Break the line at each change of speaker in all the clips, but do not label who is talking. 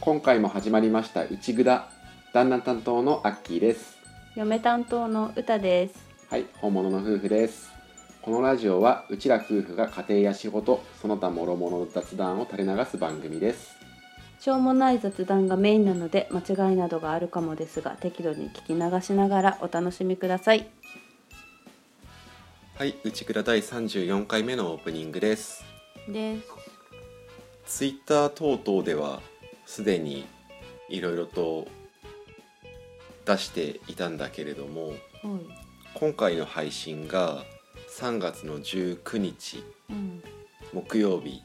今回も始まりました「うちぐだ」旦那担当のアッキーです
嫁担当の歌です
はい本物の夫婦ですこのラジオはうちら夫婦が家庭や仕事その他諸々の雑談を垂れ流す番組です
しょうもない雑談がメインなので間違いなどがあるかもですが適度に聞き流しながらお楽しみください
はいうちぐだ第34回目のオープニングです
です
ツイッター等々ではすでにいろいろと出していたんだけれども
はい
今回の配信が3月の19日
うん
木曜日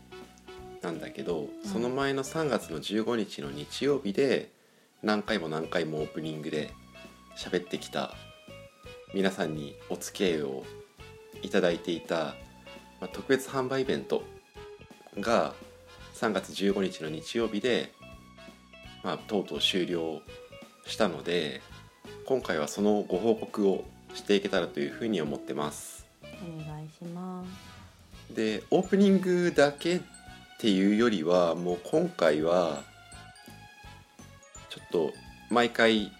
なんだけ
う
ど、
ん
その前の3月の15日の日曜日で何回も何回もオープニングで喋ってきた皆さんにお付き合いをいただいていた、まあ特別販売イベントが3月15日の日曜日で、まあ、とうとう終了したので今回はそのご報告をしていけたらというふうに思ってます。
お願いします
でオープニングだけっていうよりはもう今回はちょっと毎回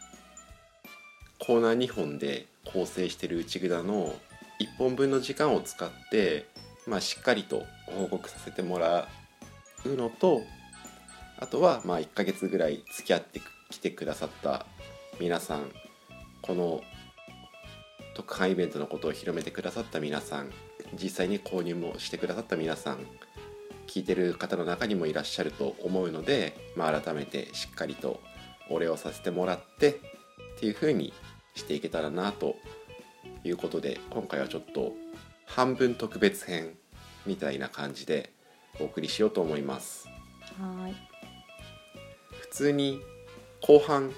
コーナー2本で構成してる内札の1本分の時間を使って、まあ、しっかりとご報告させてもらうのとあとはまあ1ヶ月ぐらい付き合ってきてくださった皆さんこの特販イベントのことを広めてくださった皆さん実際に購入もしてくださった皆さん聞いてる方の中にもいらっしゃると思うので、まあ、改めてしっかりとお礼をさせてもらってっていう風にしていけたらなということで今回はちょっと半分特別編みたいな感じでお送りしようと思います。
はーい
普通に後半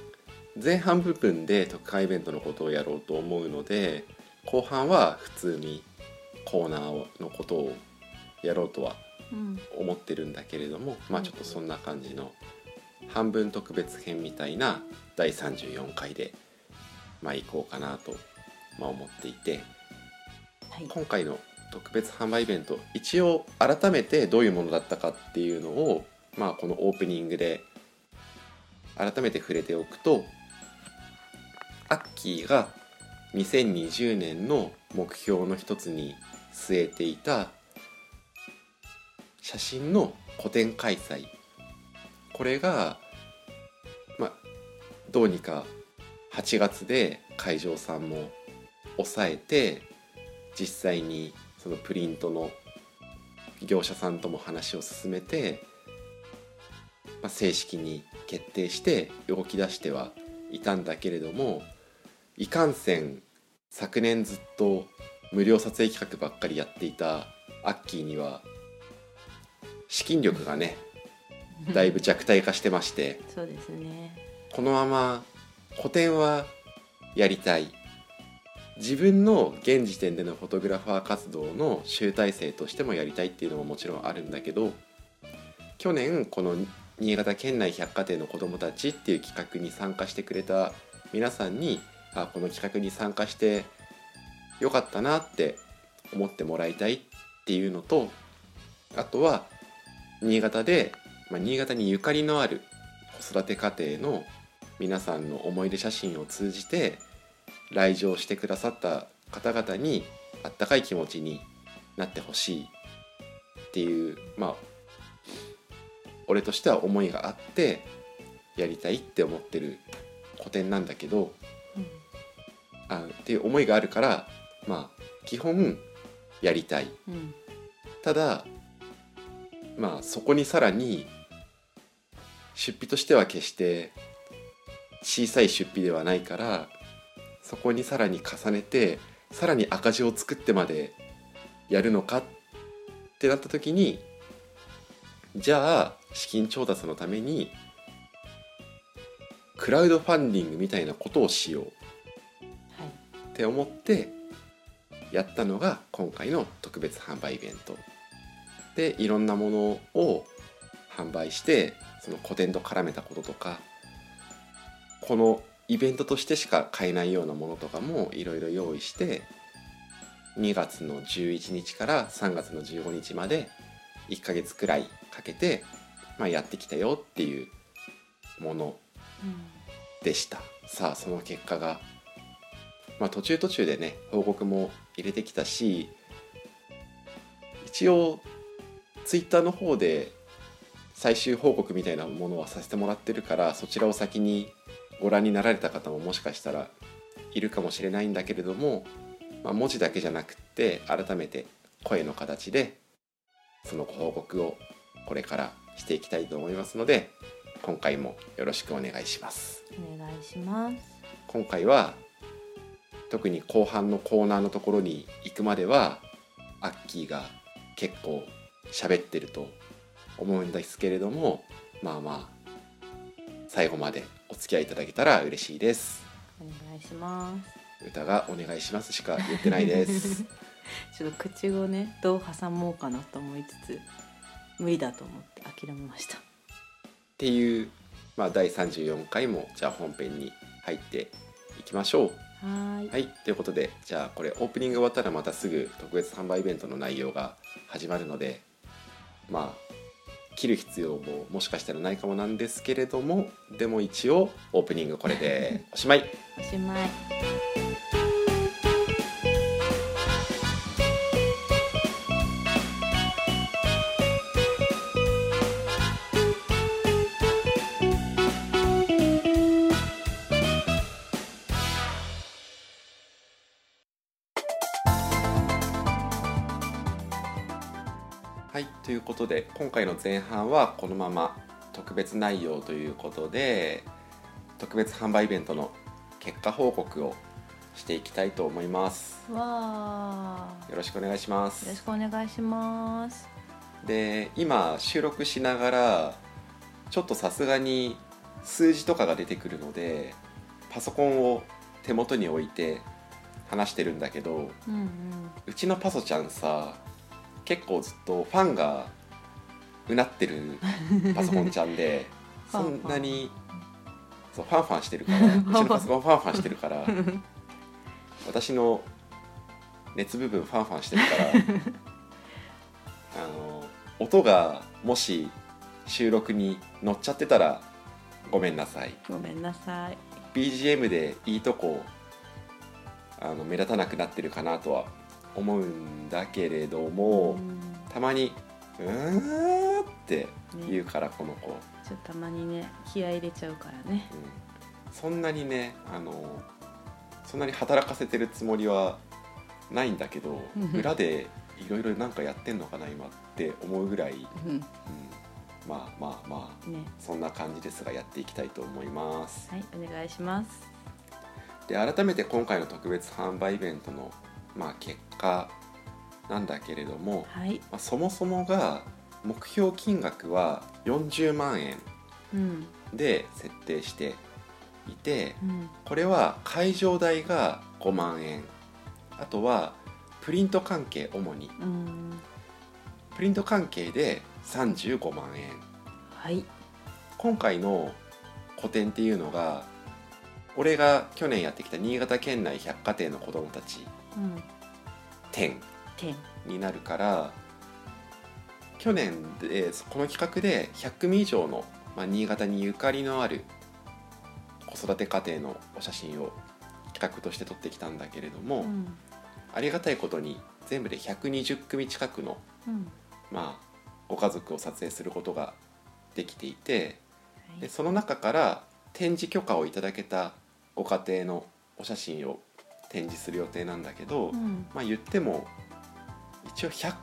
前半部分で特化イベントのことをやろうと思うので後半は普通にコーナーのことをやろうとは
うん
思ってるんだけれどもまあちょっとそんな感じの半分特別編みたいな第34回でまあ行こうかなと、まあ、思っていて
はい
今回の特別販売イベント一応改めてどういうものだったかっていうのを、まあ、このオープニングで改めて触れておくとアッキーが2020年の目標の一つに据えていた写真の個展開催これが、まあ、どうにか8月で会場さんも抑えて実際にそのプリントの業者さんとも話を進めて、まあ、正式に決定して動き出してはいたんだけれどもいかんせん昨年ずっと無料撮影企画ばっかりやっていたアッキーには資金力がねだいぶ弱体化してまして。
そうですね
このまま古典はやりたい自分の現時点でのフォトグラファー活動の集大成としてもやりたいっていうのももちろんあるんだけど去年この新潟県内百貨店の子どもたちっていう企画に参加してくれた皆さんにあこの企画に参加してよかったなって思ってもらいたいっていうのとあとは新潟で、まあ、新潟にゆかりのある子育て家庭の皆さんの思い出写真を通じて来場してくださった方々にあったかい気持ちになってほしいっていうまあ俺としては思いがあってやりたいって思ってる個展なんだけど
うん
あっていう思いがあるからまあ基本やりたい
うん
ただまあそこにさらに出費としては決して小さい出費ではないからそこにさらに重ねてさらに赤字を作ってまでやるのかってなった時にじゃあ資金調達のためにクラウドファンディングみたいなことをしよう
はい
って思ってやったのが今回の特別販売イベントでいろんなものを販売してその古典と絡めたこととかこのイベントとしてしか買えないようなものとかもいろいろ用意して2月の11日から3月の15日まで1ヶ月くらいかけて、まあ、やってきたよっていうもの
うん
でしたさあその結果が、まあ、途中途中でね報告も入れてきたし一応ツイッターの方で最終報告みたいなものはさせてもらってるからそちらを先にご覧になられた方ももしかしたらいるかもしれないんだけれども、まあ、文字だけじゃなくって改めて声の形でそのご報告をこれからしていきたいと思いますので今回もよろしくお願いします。
お願いします
今回は特に後半のコーナーのところに行くまではアッキーが結構喋ってると思うんですけれどもまあまあ最後までお付き合いいただけたら嬉しいです
お願いします
歌が「お願いします」しか言ってないです
ちょっと口をねどう挟もうかなと思いつつ無理だと思って諦めました
っていう、まあ、第34回もじゃあ本編に入っていきましょう
はーい
はい、ということでじゃあこれオープニング終わったらまたすぐ特別販売イベントの内容が始まるのでまあ切る必要ももしかしたらないかもなんですけれどもでも一応オープニングこれでおしまい
おしまい
はいということで今回の前半はこのまま特別内容ということで特別販売イベントの結果報告をしていきたいと思います
わあ
よろしくお願いします
よろしくお願いします
で今収録しながらちょっとさすがに数字とかが出てくるのでパソコンを手元に置いて話してるんだけど
うんうん
うちのパソちゃんさ結構ずっとファンがうなって るパソコンちゃんで
ファ
そ
ンファン
んなにそうファンファンして るからうちのパソコンファンファンしてるから私の熱部分ファンファンしてるから あの音がもし収録に乗っちゃってたらごめんなさい
ごめんなさい
BGM でいいとこあの目立たなくなってるかなとは思うんだけれども
うん
たまに「うーん」って言
ね
うからこの子、うん
ちょっとたまにね気合い入れちゃうからね
そんなにねあのそんなに働かせてるつもりはないんだけど
うんうん
裏でいろいろなんかやってんのかな今って思うぐらい、うん
うん
まあまあまあ
ね
そんな感じですがやっていきたいと思います。
はいお願いします
で改めて今回の特別販売イベントの、まあ、結果なんだけれども、
はい
まあ、そもそもが目標金額は40万円
うん
で設定していて
うん
これは会場代が5万円あとはプリント関係主に
うん
プリント関係で35万円
はい
今回の個展っていうのが俺が去年やってきた新潟県内百貨店の子どもたち
うん
展
点
になるから去年でこの企画で100組以上の、まあ、新潟にゆかりのある子育て家庭のお写真を企画として撮ってきたんだけれども、
うん
ありがたいことに全部で120組近くの、
うん
まあ、ご家族を撮影することができていて
は
で
い
その中から展示許可をいただけたご家庭のお写真を展示する予定なんだけど。
うん
まあ言っても一応100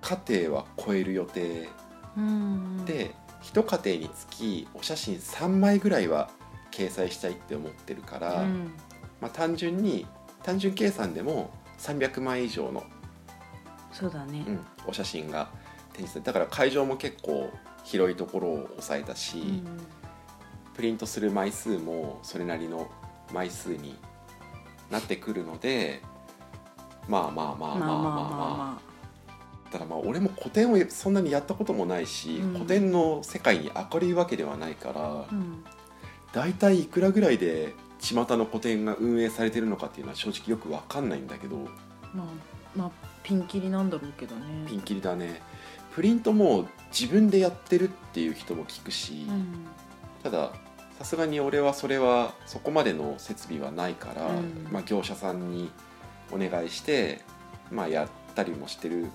家庭は超える予定
うん
で1家庭につきお写真3枚ぐらいは掲載したいって思ってるから、
うん
まあ単純に単純計算でも300枚以上の、
そうだね
うんお写真が展示だから会場も結構広いところを抑えたし、
うん
プリントする枚数もそれなりの枚数になってくるのでまあまあま
ま
あ
あ
ま
ま
あ
あ
まあ
ま
まあ、ただまあ俺も古典をそんなにやったこともないし、
うん
古典の世界に明るいわけではないか
あ
ら
まあ、うん
大体いくらぐらいで巷の古典が運営されてるのかっていうのは正直よくわかんないんだけど
まあまあピンキリなんだろうけどね
ピンキリだねプリントも自分でやってるっていう人も聞くし、
うん
たださすがに俺はそれはそこまでの設備はないから、
うん
まあ、業者さんにお願いして、まあ、やったりもしてる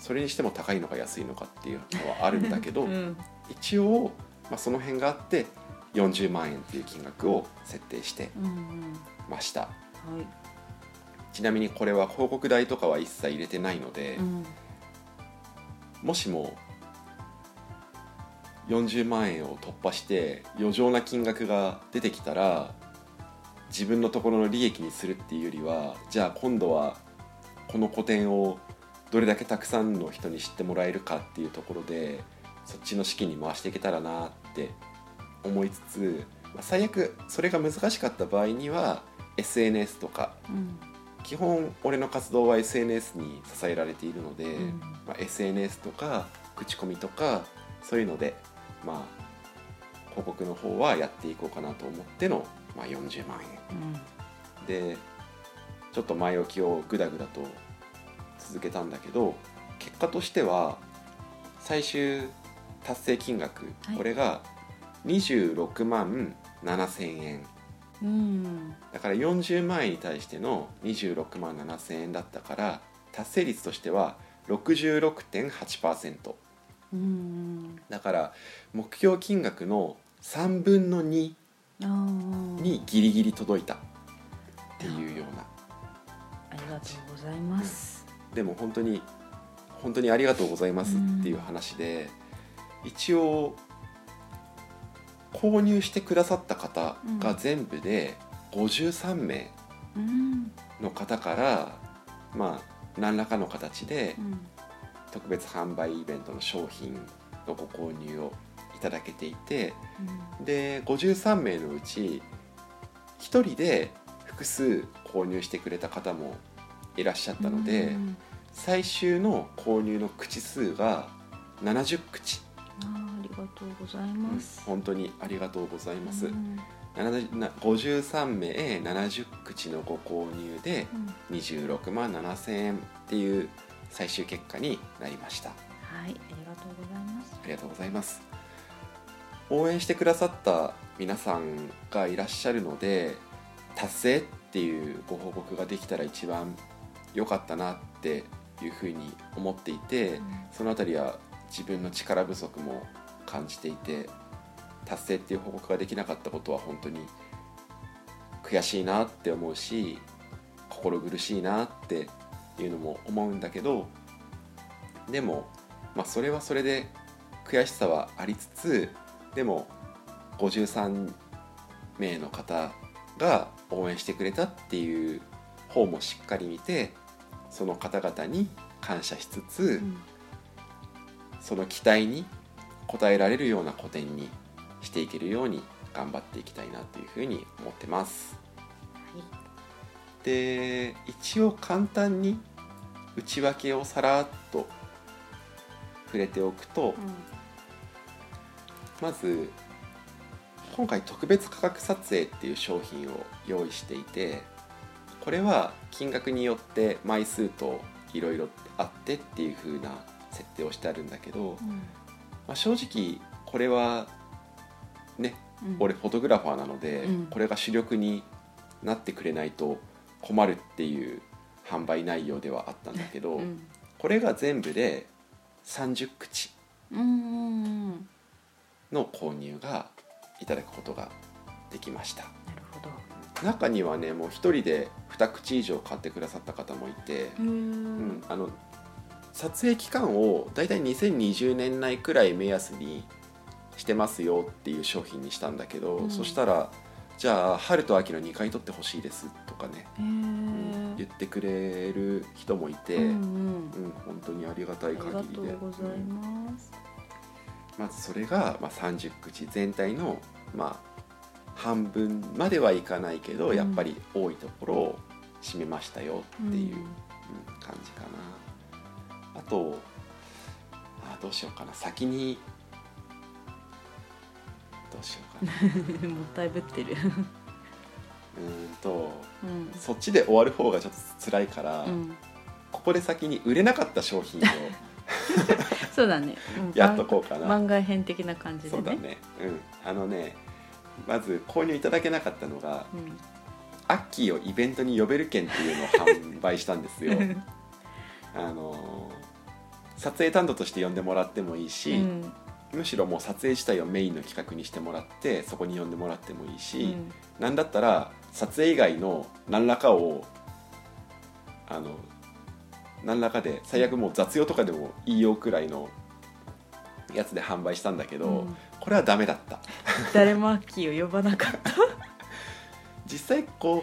それにしても高いのか安いのかっていうのはあるんだけど、
うん
一応、まあ、その辺があって40万円っていう金額を設定して
うんうん
ました
は
ちなみにこれは広告代とかは一切入れてないので
い、う、ん
もしも40万円を突破して余剰な金額が出てきたら自分のところの利益にするっていうよりはじゃあ今度はこの個展をどれだけたくさんの人に知ってもらえるかっていうところでそっちの資金に回していけたらなって思いつつまあ最悪それが難しかった場合には SNS とか
うん
基本俺の活動は SNS に支えられているので。
うん
まあ、SNS とか口コミとかそういうので、まあ、広告の方はやっていこうかなと思っての、まあ、40万円
うん
でちょっと前置きをグダグダと続けたんだけど結果としては最終達成金額、
はい
これが26万7,000円
うん
だから40万円に対しての26万7,000円だったから達成率としては66.8%。
うん
だから目標金額の3分の2
あー
にギリギリ届いたっていうような
ありがとうございます
でも本当に本当にありがとうございますっていう話で、一応購入してくださった方が全部で53名
うん
の方から、まあ何らかの形で
うん
特別販売イベントの商品のご購入をいただけていて、で53名のうち1人で複数購入してくれた方もいらっしゃったので、
うん
最終の購入の口数が70口、
あーありがとうございます
本当にありがとうございま
う
す、
ん
70な53名70口のご購入で
うん
26万7000円っていう最終結果になりました
はいありがとうございます
ありがとうございます応援してくださった皆さんがいらっしゃるので達成っていうご報告ができたら一番良かったなっていうふうに思っていてそのあたりは自分の力不足も感じていて達成っていう報告ができなかったことは本当に悔しいなって思うし心苦しいなっていうのも思うんだけどでも、まあ、それはそれで悔しさはありつつでも53名の方が応援してくれたっていう方もしっかり見てその方々に感謝しつつ、
うん
その期待に応えられるような個展にしていけるように頑張っていきたいなというふうに思ってます。
は
で一応簡単に内訳をさらっと触れておくと
いうん
まず今回特別価格撮影っていう商品を用意していてこれは金額によって枚数といろいろあってっていう風な設定をしてあるんだけど、まあ、正直これはね
うん
俺フォトグラファーなので、
うん
これが主力になってくれないと困るっていう販売内容ではあったんだけど、
うん
これが全部で30口
うんうんうん
の購入がいただくことができました
なるほど
中にはねもう1人で2口以上買ってくださった方もいて、
う
うん
ん
あの撮影期間をだいたい2020年内くらい目安にしてますよっていう商品にしたんだけど、
うん
そしたらじゃあ春と秋の2回撮ってほしいですとかね
へえね
言ってくれる人もいて、
う
うんん
うん
本当にありがた
あ
い
りが
限り
と
で
うござい
うん
ます、
まずそれが、まあ、30口全体の、まあ、半分まではいかないけど、
うん
やっぱり多いところを占めましたよっていう、
う
うん
ん
感じかなあとあどうしようかな先にどうしようか な
もったいぶってる、
うーんと
うん
そっちで終わる方がちょっと辛いから、
うん、
ここで先に売れなかった商 品を
そうだね、うん
やっとこうかな
番外編的な感じで
そうだ
ね
ねうんあのねまず購入いただけなかったのが
うん
アッキーをイベントに呼べる券っていうのを販売したんで すよあのー撮影担当として呼んでもらってもいいし、
うん
むしろもう撮影自体をメインの企画にしてもらってそこに呼んでもらってもいいし、
うん
なんだったら撮影以外の何らかをあの何らかで最悪もう雑用とかでもいいよくらいのやつで販売したんだけど、
うん
これはダメだった
誰もアッキーを呼ばなかった
実際こ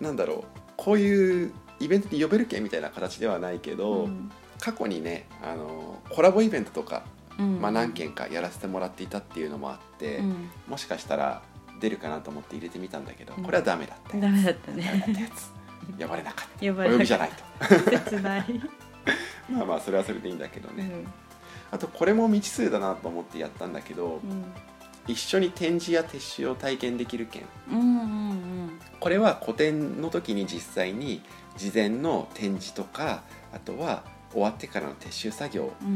うなんだろうこういうイベントに呼べるけみたいな形ではないけど、
うん
過去にねあのコラボイベントとか、
うん
まあ、何件かやらせてもらっていたっていうのもあって、
うん
もしかしたら出るかなと思って入れてみたんだけど
うん
これはダメだったよ、
ダメだった
ダメだった
ね
やつ呼ばれなかっ
呼
た
ば
お
れ
呼び
な
じ
か
ゃ
っ
ないと
た切ない、
まあまあそれはそれでいいんだけど
う
ね、
ん
あとこれも未知数だなと思ってやったんだけど、
うん
一緒に展示や撤収を体験できる件
うんうん
これは個展の時に実際に事前の展示とかあとは終わってからの撤収作業
うん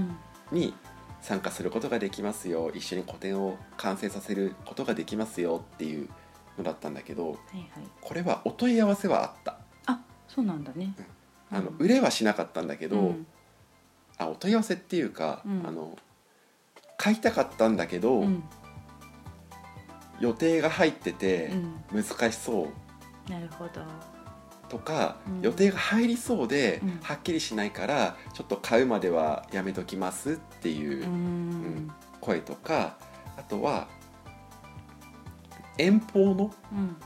うん
に参加することができますよ一緒に個展を完成させることができますよっていうのだったんだけど
はいはい
これはお問い合わせはあった
あそうなんだね
あの
うん
売れはしなかったんだけど、
うん
あお問い合わせっていうか、
うん
あの買いたかったんだけど、
うん
予定が入ってて
うん
難しそう
なるほど
とか、
うん
予定が入りそうで、
うん
はっきりしないからちょっと買うまではやめときますって
う
い
ー
うん声とか、あとは遠方の
うん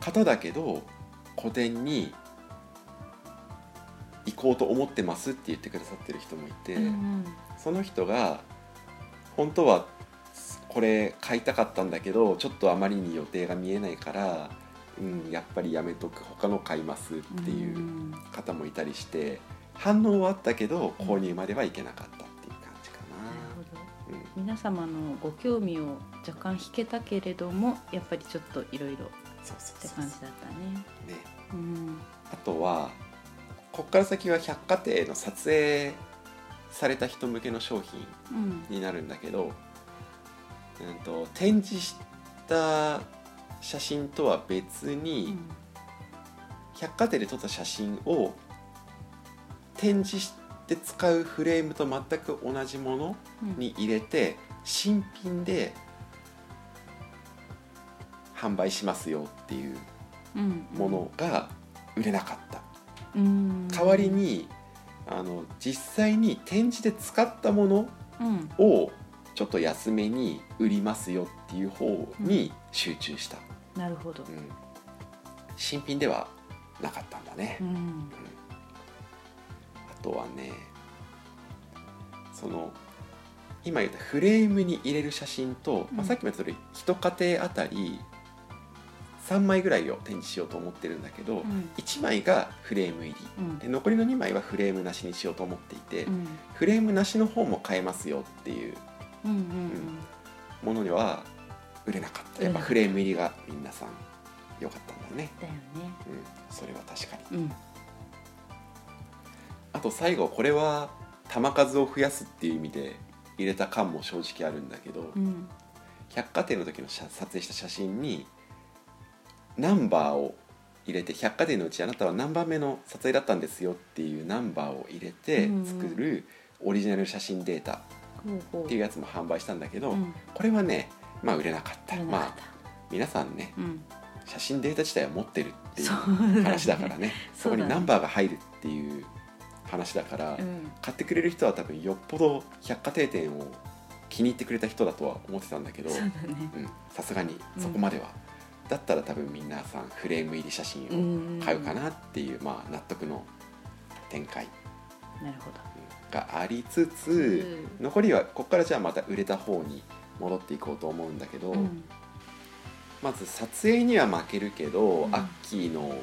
方だけど個展に行こうと思ってますって言ってくださってる人もいて、
うん
その人が本当はこれ買いたかったんだけどちょっとあまりに予定が見えないから、うん、やっぱりやめとく他の買いますっていう。
うん
方もいたりして反応はあったけど購入まではいけなかったっていう感じか
なるほど
な、
皆様のご興味を若干引けたけれどもやっぱりちょっといろいろっ
うん、そうそう
て
そう
感
そ
じだったね。
うね
うん
あとはこっから先は百貨店の撮影された人向けの商品
うん
になるんだけど、うん、と展示した写真とは別
う
に
ん
百貨店で撮った写真を展示して使うフレームと全く同じもの
うん
に入れて新品で販売しますよっていう
うん
ものが売れなかった
うん
代わりにあの実際に展示で使ったもの
うん
をちょっと安めに売りますよっていう方に集中した、
なるほど
う。ん、新品ではなかったんだね、
うん
あとはねその今言ったフレームに入れる写真と、
うん
まあ、さっきも言った通り一家庭あたり3枚ぐらいを展示しようと思ってるんだけ
う
ど、
ん
1枚がフレーム入り
うん
で残りの2枚はフレームなしにしようと思っていて、
うん
フレームなしの方も買えますよっていう
うんうん
ものには売れなかった
売れ
やっ
なか
ぱ
った
フレーム入りが皆さん良かったんだね、
だよね。
うん、それは確かに
うん
あと最後これは玉数を増やすっていう意味で入れた感も正直あるんだけど、
うん
百貨店の時の写撮影した写真にナンバーを入れて百貨店のうちあなたは何番目の撮影だったんですよっていうナンバーを入れて
うんうん
作るオリジナル写真データ
ほうほう
っていうやつも販売したんだけど、
うん
これはねまあ売れなかった
売れな
ま
かっ
あ
た
皆さんね
うん
写真データ自体は持ってるってい
そう
う
ね
話だからねそ
そう
こ
だね
にナンバーが入るっていう話だから、
うん
買ってくれる人は多分よっぽど百貨店店を気に入ってくれた人だとは思ってたんだけど
そうだね。
うんさすがにそこまではだったら多分皆さんフレーム入り写真
う
を
ん
買うかなっていう、まあ、納得の展開
なるほど
がありつつ、残りはここからじゃあまた売れた方に戻っていこうと思うんだけど、
うん
まず撮影には負けるけど、
うん
アッキーの、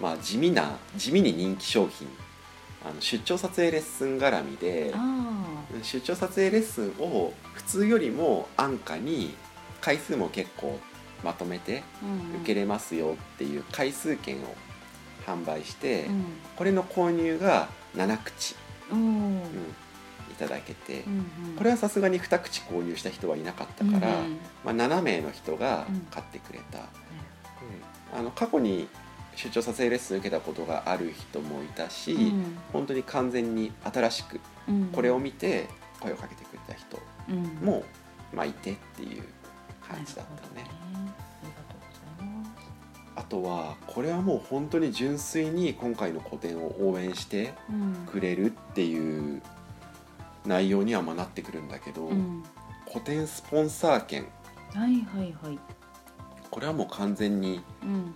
まあ、地味な地味に人気商品あの出張撮影レッスン絡みで
あ
出張撮影レッスンを普通よりも安価に回数も結構まとめて
あ、うん
受けれますよっていう回数券を販売して、
うん
これの購入が7
う
口、
ん
うんいただけて、
うんうん
これはさすがに2口購入した人はいなかったから、
うん
まあ、7名の人が買ってくれた、あの過去に出張撮影レッスン受けたことがある人もいたし、
うん
本当に完全に新しく
うん
これを見て声をかけてくれた人
うん
も、まあ、いてっていう感じだったね
なる。ほどねありがとうございます
あとはこれはもう本当に純粋に今回の個展を応援して
うん
くれるっていう内容にはまあなってくるんだけど、
うん
個展スポンサー券
はいはいはい
これはもう完全に
うん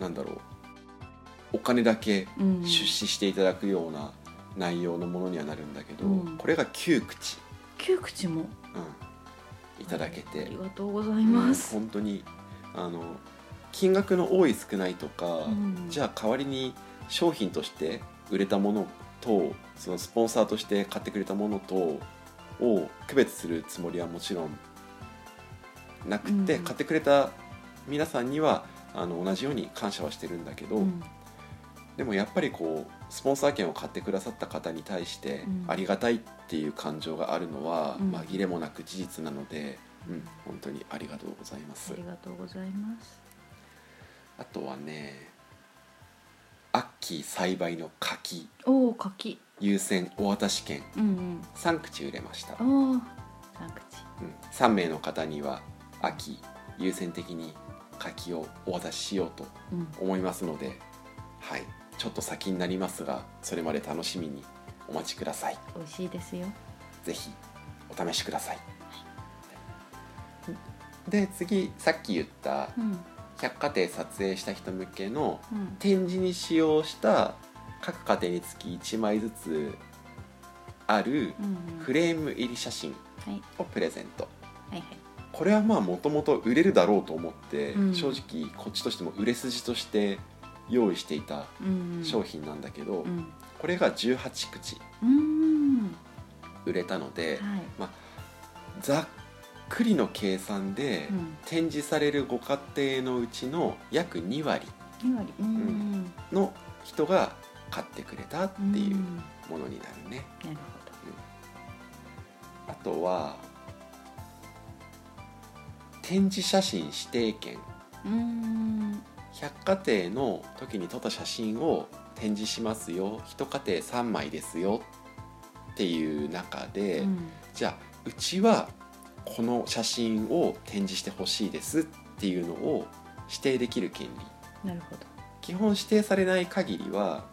なんだろうお金だけ
うん
出資していただくような内容のものにはなるんだけど、
うん
これが9口、
9口も
うん、いただけて、
ありがとうございます、
うん本当にあの金額の多い少ないとか、
うん
じゃあ代わりに商品として売れたものとそのスポンサーとして買ってくれたものとを区別するつもりはもちろんなくて、
うん
買ってくれた皆さんにはあの同じように感謝はしてるんだけど、
うん
でもやっぱりこうスポンサー券を買ってくださった方に対して
うん
ありがたいっていう感情があるのは
うん
紛れもなく事実なので、うん、本当にありがとうございます
あり。がとうございます
あとはねアッキー栽培の柿
おお柿
優先お渡し券
うん
3口売れました、
う
う
お
ん
お三口
3名の方には秋優先的に柿をお渡ししようと
うん
思いますのではいちょっと先になりますがそれまで楽しみにお待ちください
美味しいですよ
ぜひお試しください、で次さっき言った
うん
百貨店撮影した人向けの
うん
展示に使用した各家庭につき1枚ずつある
うん
フレーム入り写真
はい
をプレゼント
はいはい
これはまあもともと売れるだろうと思って、
うん
正直こっちとしても売れ筋として用意していた
うん
商品なんだけど、
うん
これが18口
うん
売れたので、
はい
ざっくりの計算で、
うん
展示されるご家庭のうちの約2割
二割うんうん
の人が買ってくれたっていうん
な
ものになるね。
る
あとは展示写真指定券
ほどうん
百貨店の時に撮った写真を展示しますよ一家庭3枚ですよっていう中で、
うん
じゃあうちはこの写真を展示してほしいですっていうのを指定できる権利
なるほど
基本指定されない限りは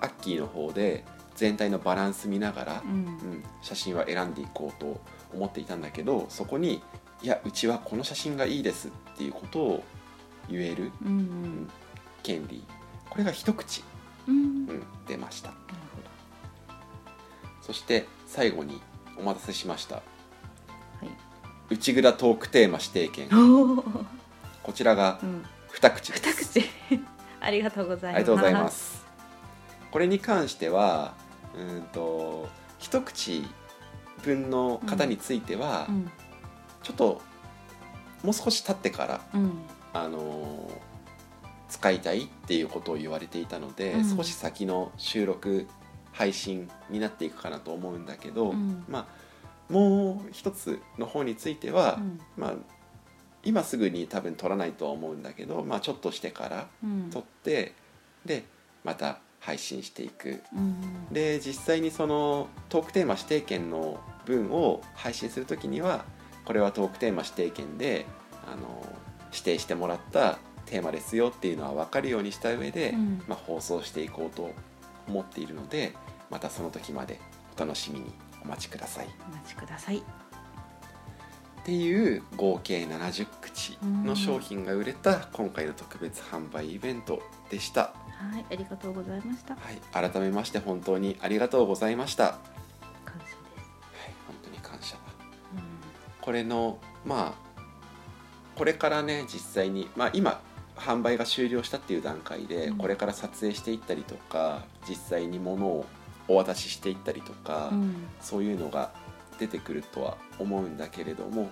アッキーの方で全体のバランス見ながら
う
うんん、写真は選んでいこうと思っていたんだけどそこに「いやうちはこの写真がいいです」っていうことを言える
うんうん
権利これが一口、
うん
う
なる
ん、出ました
ほど
そして最後にお待たせしました
はい
内蔵トークテーマ指定券
おお
こちらが
うん
二口です
二口ありがとうござい
あ
ます
りがとうございますこれに関してはうーんと一口分の方については、
うん
ちょっともう少し経ってから
うん
あのー使いたいっていうことを言われていたので、
うん
少し先の収録配信になっていくかなと思うんだけど、
うん
まあもう一つの方については、
うん
まあ今すぐに多分撮らないとは思うんだけど、まあ、ちょっとしてから
うん
撮って、でまた配信していく
うん
で実際にそのトークテーマ指定権の分を配信するときにはこれはトークテーマ指定権であの指定してもらったテーマですよっていうのは分かるようにした上で、
うん
まあ、放送していこうと思っているのでまたその時までお楽しみにお待ちください。
お待ちください
っていう合計70口の商品が売れた今回の特別販売イベントでした、
はい、ありがとうございました。
はい、改めまして本当にありがとうございました、はい、
感謝です。
本当に感謝
う
これのまあこれからね実際に、まあ、今販売が終了したっていう段階で、
うん
これから撮影していったりとか実際に物をお渡ししていったりとか、
ん
そういうのが出てくるとは思うんだけれども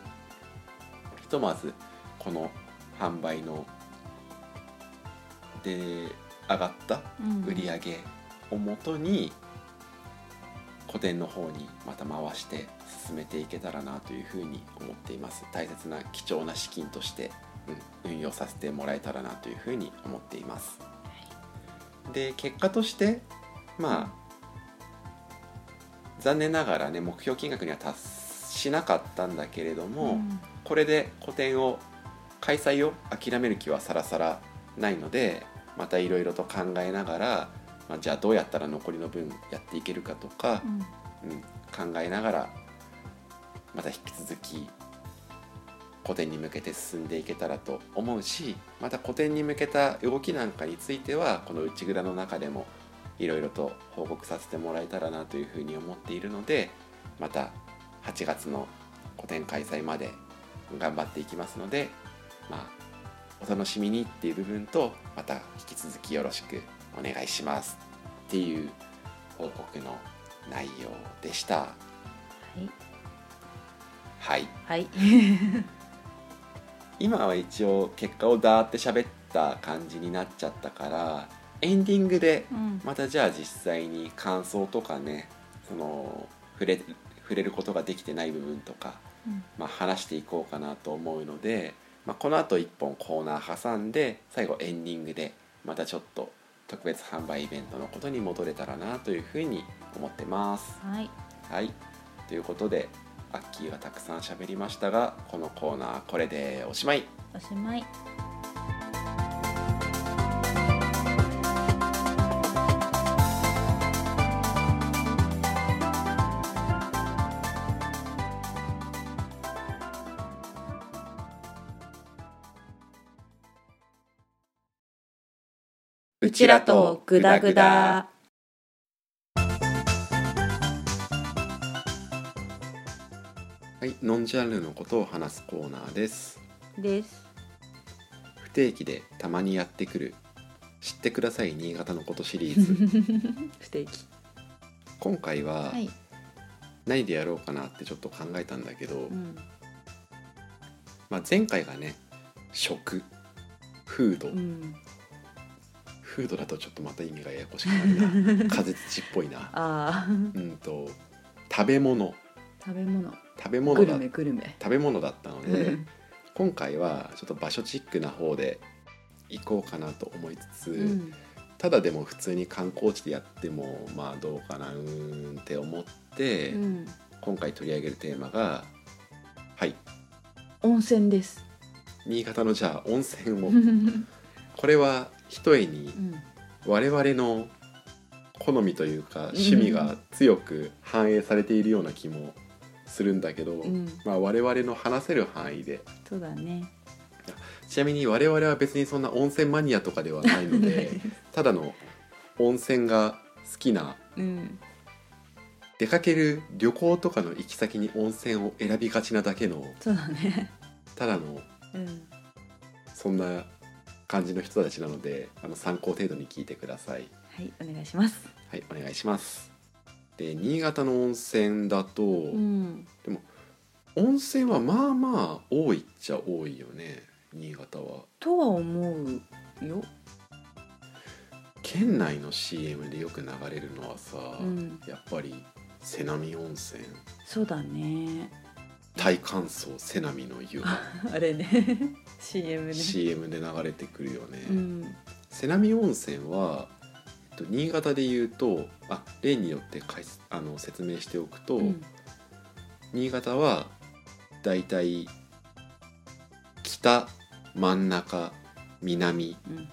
ひとまずこの販売ので上がった
うん
売り上げをもとに個展の方にまた回して進めていけたらなというふうに思っています大切な貴重な資金として、うん運用させてもらえたらなというふうに思っています、で結果としてまあ、残念ながらね目標金額には達しなかったんだけれど
う
も、
ん
これで個展を開催を諦める気はさらさらないのでまたいろいろと考えながら、まあ、じゃあどうやったら残りの分やっていけるかとか
う、ん
うん考えながらまた引き続き個展に向けて進んでいけたらと思うしまた個展に向けた動きなんかについてはこの内蔵の中でもいろいろと報告させてもらえたらなというふうに思っているのでまた8月の個展開催まで頑張っていきますので、まあ、お楽しみにっていう部分とまた引き続きよろしくお願いしますっていう報告の内容でした。
い
はい、
はい。
今は一応結果をダーって喋った感じになっちゃったからエンディングで
うん
またじゃあ実際に感想とかねその触れ触れることができてない部分とか、
うん
まあ、話していこうかなと思うので、まあ、このあと1本コーナー挟んで最後エンディングでまたちょっと特別販売イベントのことに戻れたらなというふうに思ってます。
はい。
はい、ということでアッキーがたくさん喋りましたがこのコーナーこれでおしまい
おしまい。うちらとグダグダ。
はい、ノンジャンルのことを話すコーナーです
です。
不定期でたまにやってくる知ってください新潟のことシリ ーズ
不定期。
今回は
はい。
何でやろうかなってちょっと考えたんだけど、
うん。
まあ、前回がね食フード、
うん。
フードだとちょっとまた意味がややこしくな るな風土っぽいな
ああ。
うんと食べ物
食べ物。
食べ物
グル
だ
メグルメ。
食べ物だったので、
うん
今回はちょっと場所チックな方で行こうかなと思いつつ、
うん。
ただでも普通に観光地でやってもまあどうかなうーんって思って、
うん。
今回取り上げるテーマがはい
温泉です。
新潟のじゃあ温泉
う
を
ん。
これはひとえに我々の好みというか趣味が強く反映されているような気もするんだけど、
うん。
まあ、我々の話せる範囲で
そうだね。
ちなみに我々は別にそんな温泉マニアとかではないので ただの温泉が好きな
うん。
出かける旅行とかの行き先に温泉を選びがちなだけの
そうだね。
ただの
うん。
そんな感じの人たちなのであの参考程度に聞いてください。
はい、お願いします。
はい、お願いします。で新潟の温泉だと、
うん。
温泉はまあまあ多いっちゃ多いよね新潟は。
とは思うよ。
県内の CM でよく流れるのはさ、
うん。
やっぱり瀬波温泉
そうだね。
大乾燥瀬波の湯が
あれ ね。CM ね。
CM で流れてくるよね。
うん。
瀬波温泉は、えっと、新潟で言うとあ例によってかいあの説明しておくと、
うん。
新潟はだいたい北真ん中南
うん。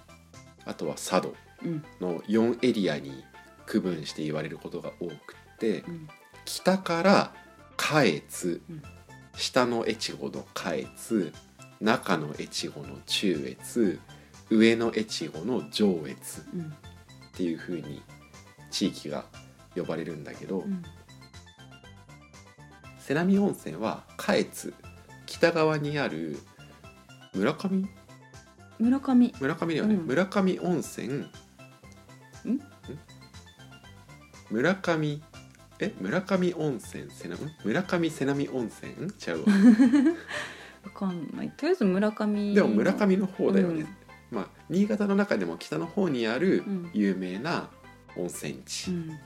あとは佐渡
うん。
の4エリアに区分して言われることが多くって
うん。
北から下越
うん
下の越後の下越中の越後の中越上の越後の上越
うん
っていう風に地域が呼ばれるんだけど、
うん
瀬波温泉は下越北側にある村上
村上
村上だよね、
うん
村上温泉ん村上え村上温泉瀬波ん村上瀬波温泉んちゃうわ
わかんないとりあえず村上
でも村上の方だよね、
うん
まあ新潟の中でも北の方にある
うん
有名な温泉
う
地、
んだ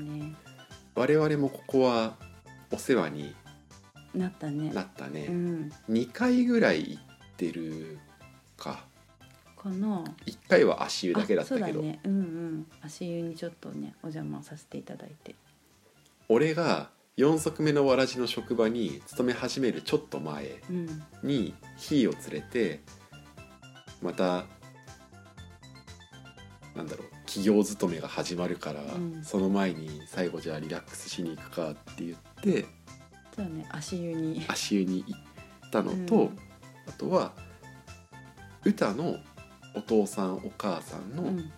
ね
我々もここはお世話に
なったね
なったね、
うん
2回ぐらい行ってるか
かな
1回は足湯だけだったけ
あそ
ど、
うだねうんうん足湯にちょっとねお邪魔させていただいて
俺が4足目のわらじの職場に勤め始めるちょっと前
うん
にひーを連れてまたなんだろう企業勤めが始まるから、
うん
その前に最後じゃあリラックスしに行くかって言って
じゃあね足湯に
足湯に行ったのと、
うん
あとは歌のお父さんお母さんの、
うん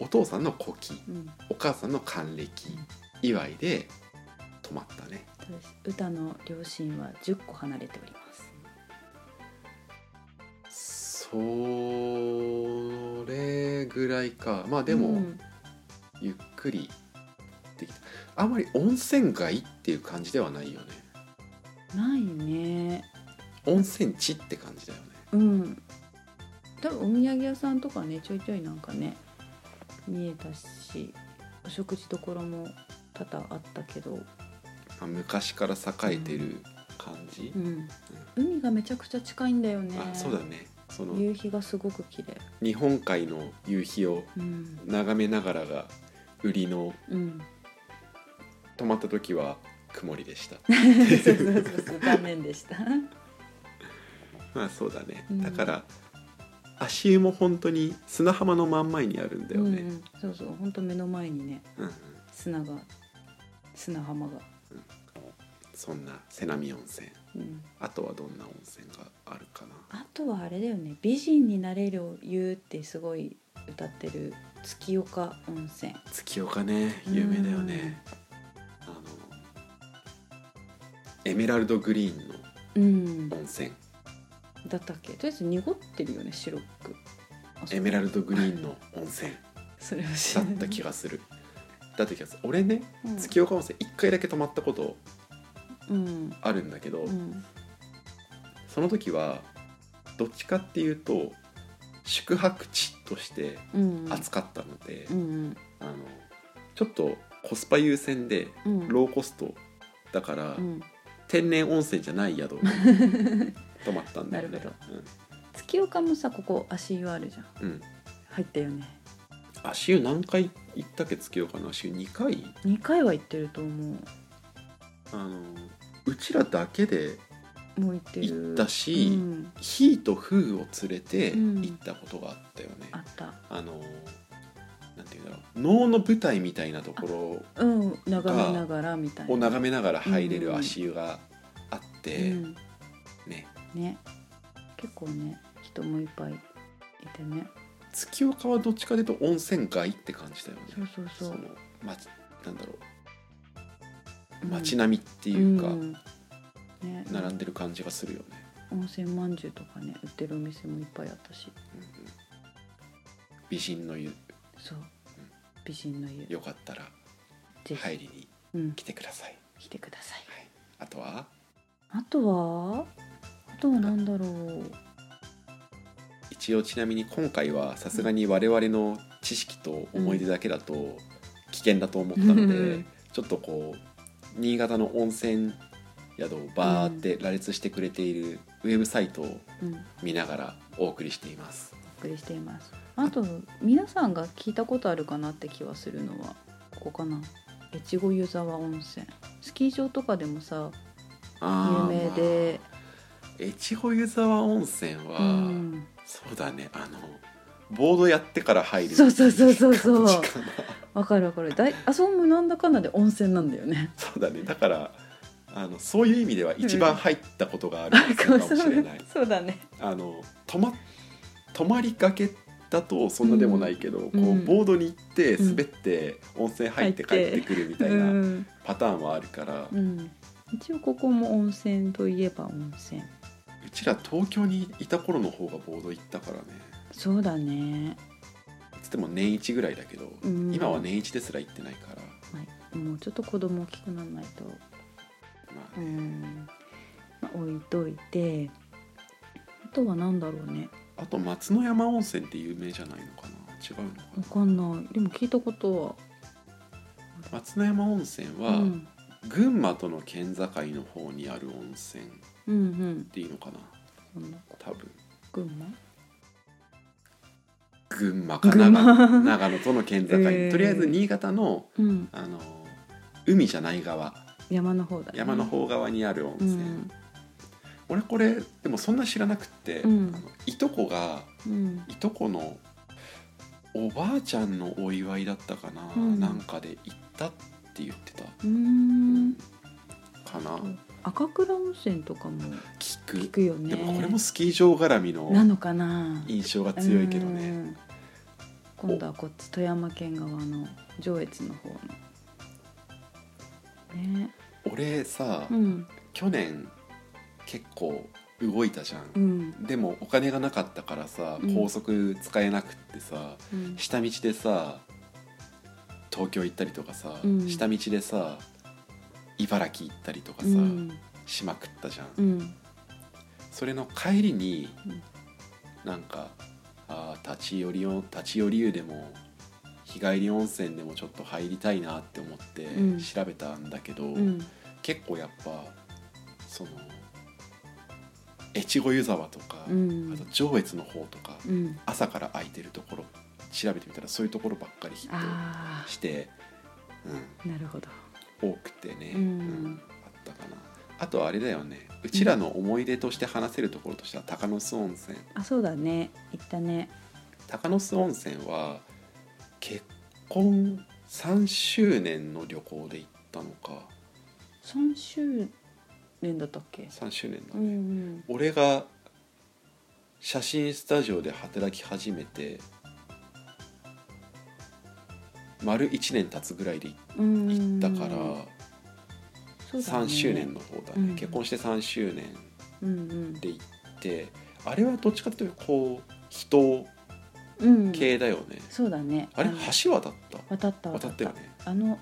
お父さんの古希
うん
お母さんの還暦祝いで泊まったね
そうです歌の両親は10個離れております
それぐらいかまあでも、
うん
ゆっくりできたあんまり温泉街っていう感じではないよね
ないね
温泉地って感じだよね
うん多分お土産屋さんとかねちょいちょいなんかね見えたしお食事どころも多々あったけど、
まあ昔から栄えてる感じ
う、ん、海がめちゃくちゃ近いんだよね
あそうだねその
夕日がすごく綺麗
日本海の夕日を
うん
眺めながらが売りの
うん、
泊まった時は曇りで した
そうそうそうそう残念でした
まあそうだね、
うん
だから足湯も本当に砂浜の真ん前にあるんだよ
うんう
ね、
ん、そうそう本当目の前にね
うんうん
砂が砂浜が、
そんな瀬波温泉
うん、
あとはどんな温泉があるかな
あとはあれだよね「美人になれるを言う」ってすごい歌ってる月岡温泉
月岡ね有名だよね、あのエメラルドグリーン
うん
の温泉
だったっけとりあえず濁ってるよね白くあそう
エメラルドグリーンの温泉
それを知
だ
ら
っ
ない
た気がするだった気がする俺ね
うん
月岡温泉1回だけ泊まったこと
うん
あるんだけど、
うん
その時はどっちかっていうと宿泊地として
うん
扱ったので、
うん
あのちょっとコスパ優先で
うん
ローコストだから、
うん
天然温泉じゃない宿 に泊まったんだよね
なる月岡もさここ足湯あるじゃん
うん、うん、
入ったよね
足湯何回行ったっけつけようかな足湯2回
2回は行ってると思
あのうちらだけで
うもう行ってる
行ったし
うん、
ヒーとフーを連れて
うん
行ったことがあったよね、
あった
あのなんていうんだろう能の舞台みたいなところを
うん眺めながらみたいな
を眺めながら入れる足湯があって、
うん
ね
ね結構ね人もいっぱいいてね
月岡はどっちかというと温泉街って感じだよね
そうそうそう
の街なんだろ
う
うん街並みっていうか、
んね、
並んでる感じがするよね、
温泉まんじゅうとかね売ってるお店もいっぱいあったし
うんうん美人の湯
そう美人の湯
よかったら
ぜひ、
入りに
うん、
来てください、
来てください
はい、あとは
あとはあとはなんだろう
一応ちなみに今回はさすがに我々の知識と思い出だけだと危険だと思ったので、
うん
ちょっとこう新潟の温泉宿をバーって羅列してくれているウェブサイトを
うんお
見ながらお送りしています
送りしていますあと皆さんが聞いたことあるかなって気はするのはここかな越後湯沢温泉スキー場とかでもさ有
あー
名で、
まあ越後湯沢温泉は、
うん、
そうだねあのボードやってから入る
そうそうそうそうそう
感じかな
わかるわかるだいあそこもなんだかんだで温泉なんだよね。
そうだねだからああのそういう意味では一番入ったことがある かもしれない
そうだね
あの泊ま泊まりかけだとそんなでもないけど、
ん
こ
う
うんボードに行って
うん
滑って温泉入って帰
入っ
っててくるみ
う、
たいなんパターンはあるから、
う、
うん
一応ここも温泉といえば温泉
ちら東京にいた頃の方がボード行ったからね
そうだね、
つっても年一ぐらいだけど、
うん、
今は年一ですら行ってないから、
もうちょっと子供大きくならないと
まあ
う
ね
ん、まあ、置いといてあとは何だろうね
あと松の山温泉って有名じゃないのかな違うのか
わ
な
かんないでも聞いたこと
松の山温泉
は、
は
うん、
群馬との県境の方にある温泉っ
うんうん
ていうのかな
そんなこ
多分
群馬
群馬か
群
長
馬
野長野との県境に、
えー
とりあえず新潟の
うん
あの海じゃない側
山の方だ、ね、
山の方側にある温
う
泉、
ん
俺これでもそんな知らなくって、
うん
あのいとこが
うん
いとこのおばあちゃんのお祝いだったかな、
うん
なんかで行ったって言ってた、
うーん
かな、
うん赤倉温泉とかも
聞く
聞くよね
でもこれもスキー場絡み
な
の
のかな
印象が強いけど
う
ね
ん今度はこっち富山県側の上越の方のね
俺さ、
うん
去年結構動いたじゃん
う、ん
でもお金がなかったからさ
うん
高速使えなくってさ、
うん
下道でさ東京行ったりとかさ、
うん
下道でさ茨城行ったりとかさ、
うん
しまくったじゃん、
うん
それの帰りに、
うん
なんかあー立ち寄りを立ち寄り湯でも日帰り温泉でもちょっと入りたいなって思って
うん
調べたんだけど、
うん
結構やっぱその越後湯沢とか、
うん
あと上越の方とか、
うん
朝から空いてるところ調べてみたらそういうところばっかりヒッ
あ
トして、
あなるほど
うん、多くてね、
うん
あったかなあとあれだよねうちらの思い出として話せるところとしては鷹の巣温泉
あそうだね行ったね
鷹の巣温泉は結婚3周年の旅行で行ったのか
三周年だったっけ
3周年だ
う
ね、
ん
俺が写真スタジオで働き始めて丸1年経つぐらいで行っ
うんうん
行ったから、
そうだね
3周年の方だね、
うん
結婚して3周年
うんうん
で行ってあれはどっちかというとこう人
うん
系だよね、
そうだね
あれ
の
橋渡った
渡った
渡ったよね
あの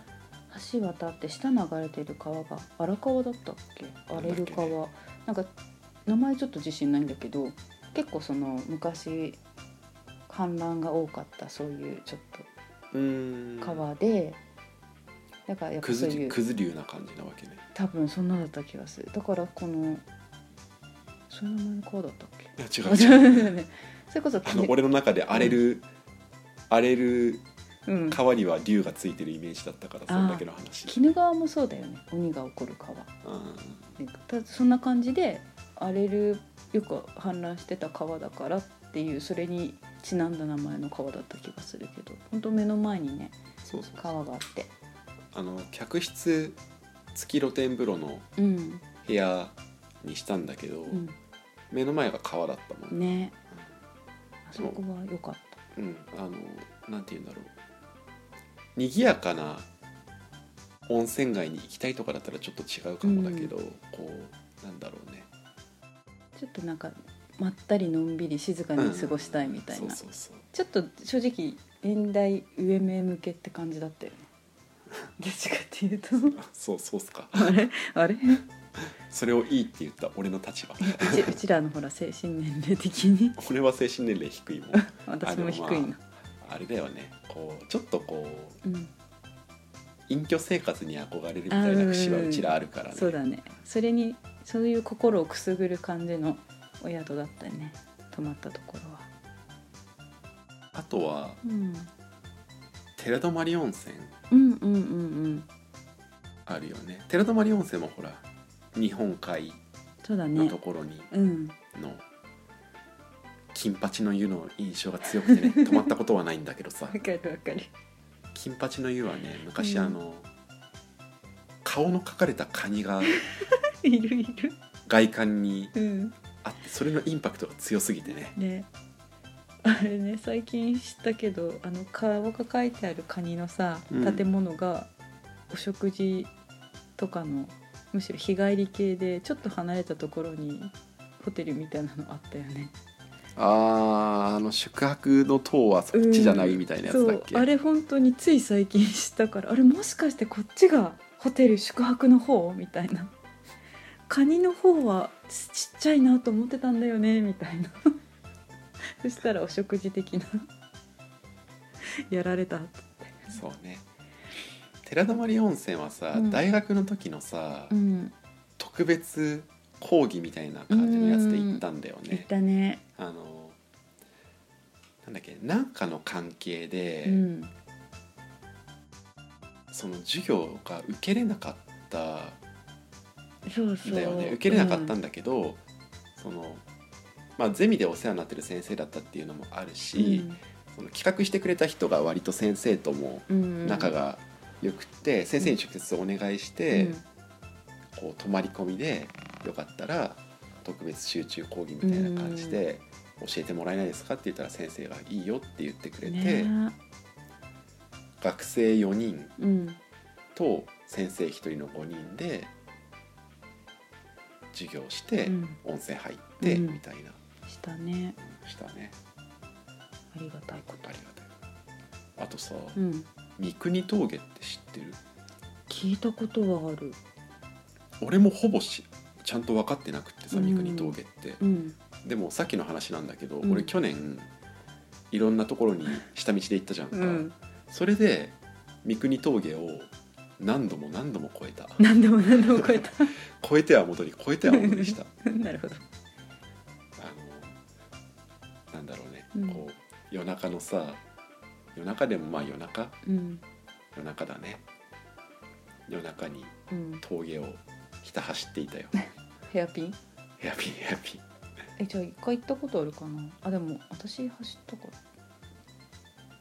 橋渡って下流れてる川が荒川だったっけ荒れる川
な
なんか名前ちょっと自信ないんだけど結構その昔氾濫が多かったそういうちょっ
うーん
と川で、だからやっぱ
く
そう
ず
いう
くず流な感じなわけね
多分そんなだった気がするだからこのその名前の川だったっけ
いや
あ
違う違う
違うよねそれこそ
あの俺の中で荒れる、荒れる
うん、
川には竜がついてるイメージだったからそんだけの話
鬼怒川もそうだよね鬼が起こる川
うん
なんかたそんな感じで荒れるよく氾濫してた川だからっていうそれにちなんだ名前の川だった気がするけど本当目の前にね
そうそう
川があって
あの客室付き露天風呂の
うん
部屋にしたんだけど、
う
目の前が川だったもん
んねあそこは良かった
うん、あのなんて言うんだろう賑やかな温泉街に行きたいとかだったらちょっと違うかもだけど、こうなんだろうね
ちょっとなんかまったりのんびり静かに過ごしたいみたい
うん
な
そうそう
ちょっと正直年代上目向けって感じだ ったよねどっちかっていうと
そうあそうそうっすか
あれあれ
それをいいって言った俺の 立場
うちうちらのほら精神年齢的に
俺は精神年齢低いもん
私も低
あ
い
でも
な、
あれだよねこうちょっとこう
うん
隠居生活に憧れるみたいな節はうちらあるからね
そうだねそれにそういう心をくすぐる感じのお宿だったね泊まったところは、
あとは
うん、
寺泊温泉
うんうんうん
あるよね寺泊温泉もほら日本海
そうだ
の
ね
ところに、
うん
の金八の湯の印象が強くて ね泊まったことはないんだけどさ
わかるわかる
金八の湯はね昔
うん
あの、顔の描かれたカニが
いるいる
外観に
うん
あってそれのインパクトが強すぎてね
ねあれね最近知ったけどあの顔が書いてあるカニのさ
うん
建物がお食事とかのむしろ日帰り系でちょっと離れたところにホテルみたいなのあったよね
あーあの宿泊の塔はそっちじゃないみたいなやつだっけ、
そうあれ本当につい最近知ったからあれもしかしてこっちがホテル宿泊の方みたいなカニの方はちちっちゃいなと思ってたんだよねみたいな そしたらお食事的な やられた
そうね寺泊温泉はさ、
うん
大学の時のさ、
うん
特別講義みたいな感じのやつで行ったんだよ
行っ
ね、
たね
あのなんだっけなんかの関係で、
うん
その授業が受けれなかった
そうそうん
だよね受けれなかったんだけど、そのまあゼミでお世話になってる先生だったっていうのもあるし、その企画してくれた人が割と先生とも
うん
仲が良くって、先生に直接お願いして、こう泊まり込みでよかったら特別集中講義みたいな感じで教えてもらえないですかって言ったら先生が「いいよ」って言ってく
う
れ
ん
て、
ね
学生4人
うん
と先生1人の5人で授業して、
うん
温泉入って
うん
みたいな
したね
したね、
ありがたいこと
ありがたいあとさ、
うん
三国峠って知ってる
聞いたことはある
俺もほぼしちゃんと分かってなくってさ
うん
三国峠って、
うん
でもさっきの話なんだけど、
うん
俺去年いろんなところに下道で行ったじゃんか、
うん
それで三国峠を何度も何度も越 えた
何でも何でも超えた
越えては戻り越えては戻りしたあ
なるほど
のなんだろうね、
うん
こう夜中のさ夜中でもまあ夜中
うん
夜中だね夜中に
うん
峠をひた走って いたよ
ヘアピン
ヘアピンヘアピン
えじゃあ一回行ったことあるかなあでも私走ったか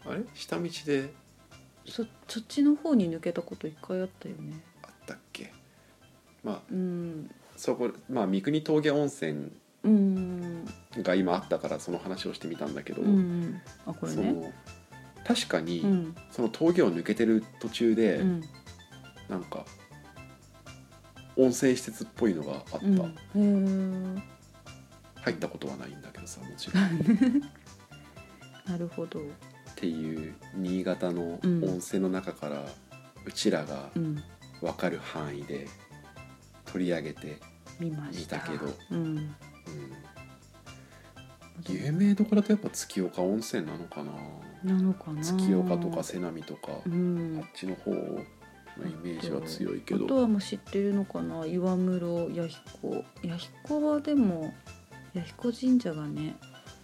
ら
あれ下道で
そそっちの方に抜けたこと一回あったよね
あったっけまあ
うん
そこまあ三国峠温泉
うん
が今あったからその話をしてみたんだけど、
うんあこれ
そ
ね
の確かに、
うん
その峠を抜けてる途中で、
うん
なんか温泉施設っぽいのがあった、
うんへー
入ったことはないんだけどさもちろんっ
なるほど
ていう新潟の
うん
温泉の中から、うちらが
うん
分かる範囲で取り上げて、
見ました
見たけど
うん
うん、有名どころだとやっぱ月岡温泉なのかな
なのかな
月岡とか瀬波とか、
うん
あっちの方のイメージは強いけ
あと
ど
はもう知ってるのかな岩室弥彦弥彦はでも弥彦神社がね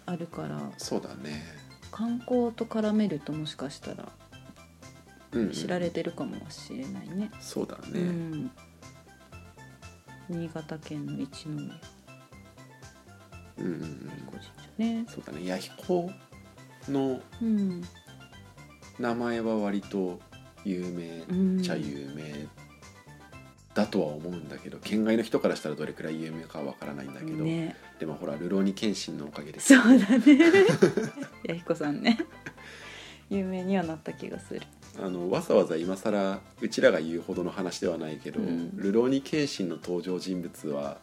あるから
そうだね、
観光と絡めるともしかしたら
うんうん
知られてるかもしれないね。
そうだね、
うん、新潟県の一宮弥
うんうんうん
彦神社ね。
そうだね弥彦の
うん、
名前は割と有名
うん、
っちゃ有名だとは思うんだけど県外の人からしたらどれくらい有名かはわからないんだけど、
ね、
でもほら「流浪に謙信」のおかげで
そうだね。 弥彦さんね、 有名にはなった気がする。
あのわざわざ今更うちらが言うほどの話ではないけど
うん
「流浪に謙信」の登場人物は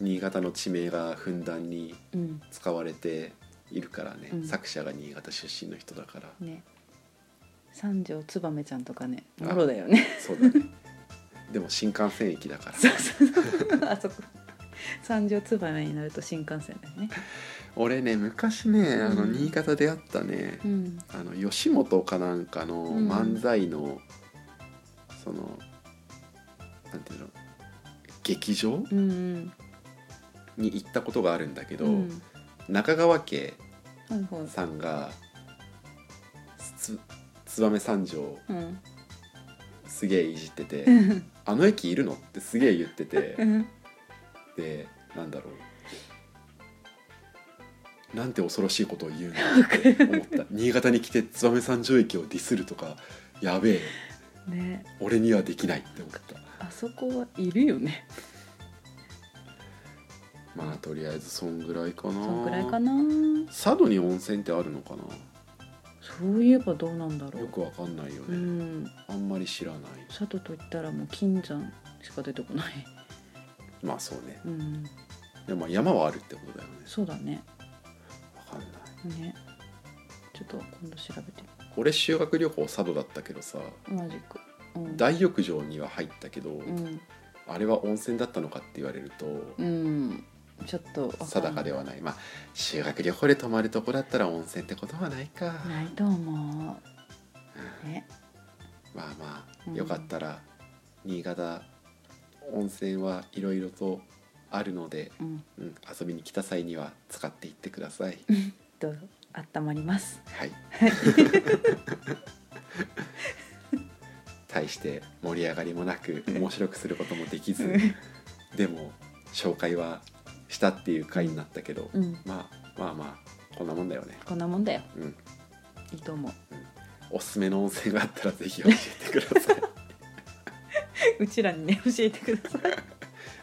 新潟の地名がふんだんに
うん、
使われているからね、
うん
作者が新潟出身の人だ から
ね。三条燕ちゃんとかね、
あ
もろだよね。
そうだねでも新幹線駅だから
そうそうそう。あそこ。三条燕になると新幹線だよね。
俺ね昔ねあの
うん
新潟であったね、
うん。
あの吉本かなんかの
うん
漫才の、そのなんていうの劇場
うん
に行ったことがあるんだけ
う
ど、
ん。うん。
中川家
はいはい。
さんがつ燕三条
うん。
すげえいじっ てて
うん
「あの駅いるの?」ってすげえ言ってて
うん
でなんだろうなんて恐ろしいことを言う のって思った新潟に来て燕三条駅をディスるとかやべえ
ね。
俺にはできないって思った
そこはいるよね
まあとりあえずそんぐらいかな
そんくらいかな
佐渡に温泉ってあるのかな
そういえばどうなんだろ
よ
う
くわかんないよ
う
ね、
ん
あんまり知らない
佐渡といったらもう金山しか出てこない
まあそうね
うん
でもまあ山はあるってことだよね
そうだね
わかんない
ねちょっと今度調べて
俺修学旅行佐渡だったけどさ
みる同じくうん
大浴場には入ったけど、
うん、
あれは温泉だったのかって言われると、
うん、ちょっとわかん
定かではないまあ修学旅行で泊まるとこだったら温泉ってことはないか、
ないと思うね
まあま
うん
あよかったら新潟温泉はいろいろとあるので、
うん
うん、遊びに来た際には使っていってください。
どうぞ温まります
はい。大して盛り上がりもなく面白くすることもできずでも紹介はしたっていう回になったけど、
うん
まあまあまあこんなもんだよね。
こんなもんだよ
うん、
いいと思う
おすすめの温泉があったらぜひ教えてく ださい。
うちらにね 教えてください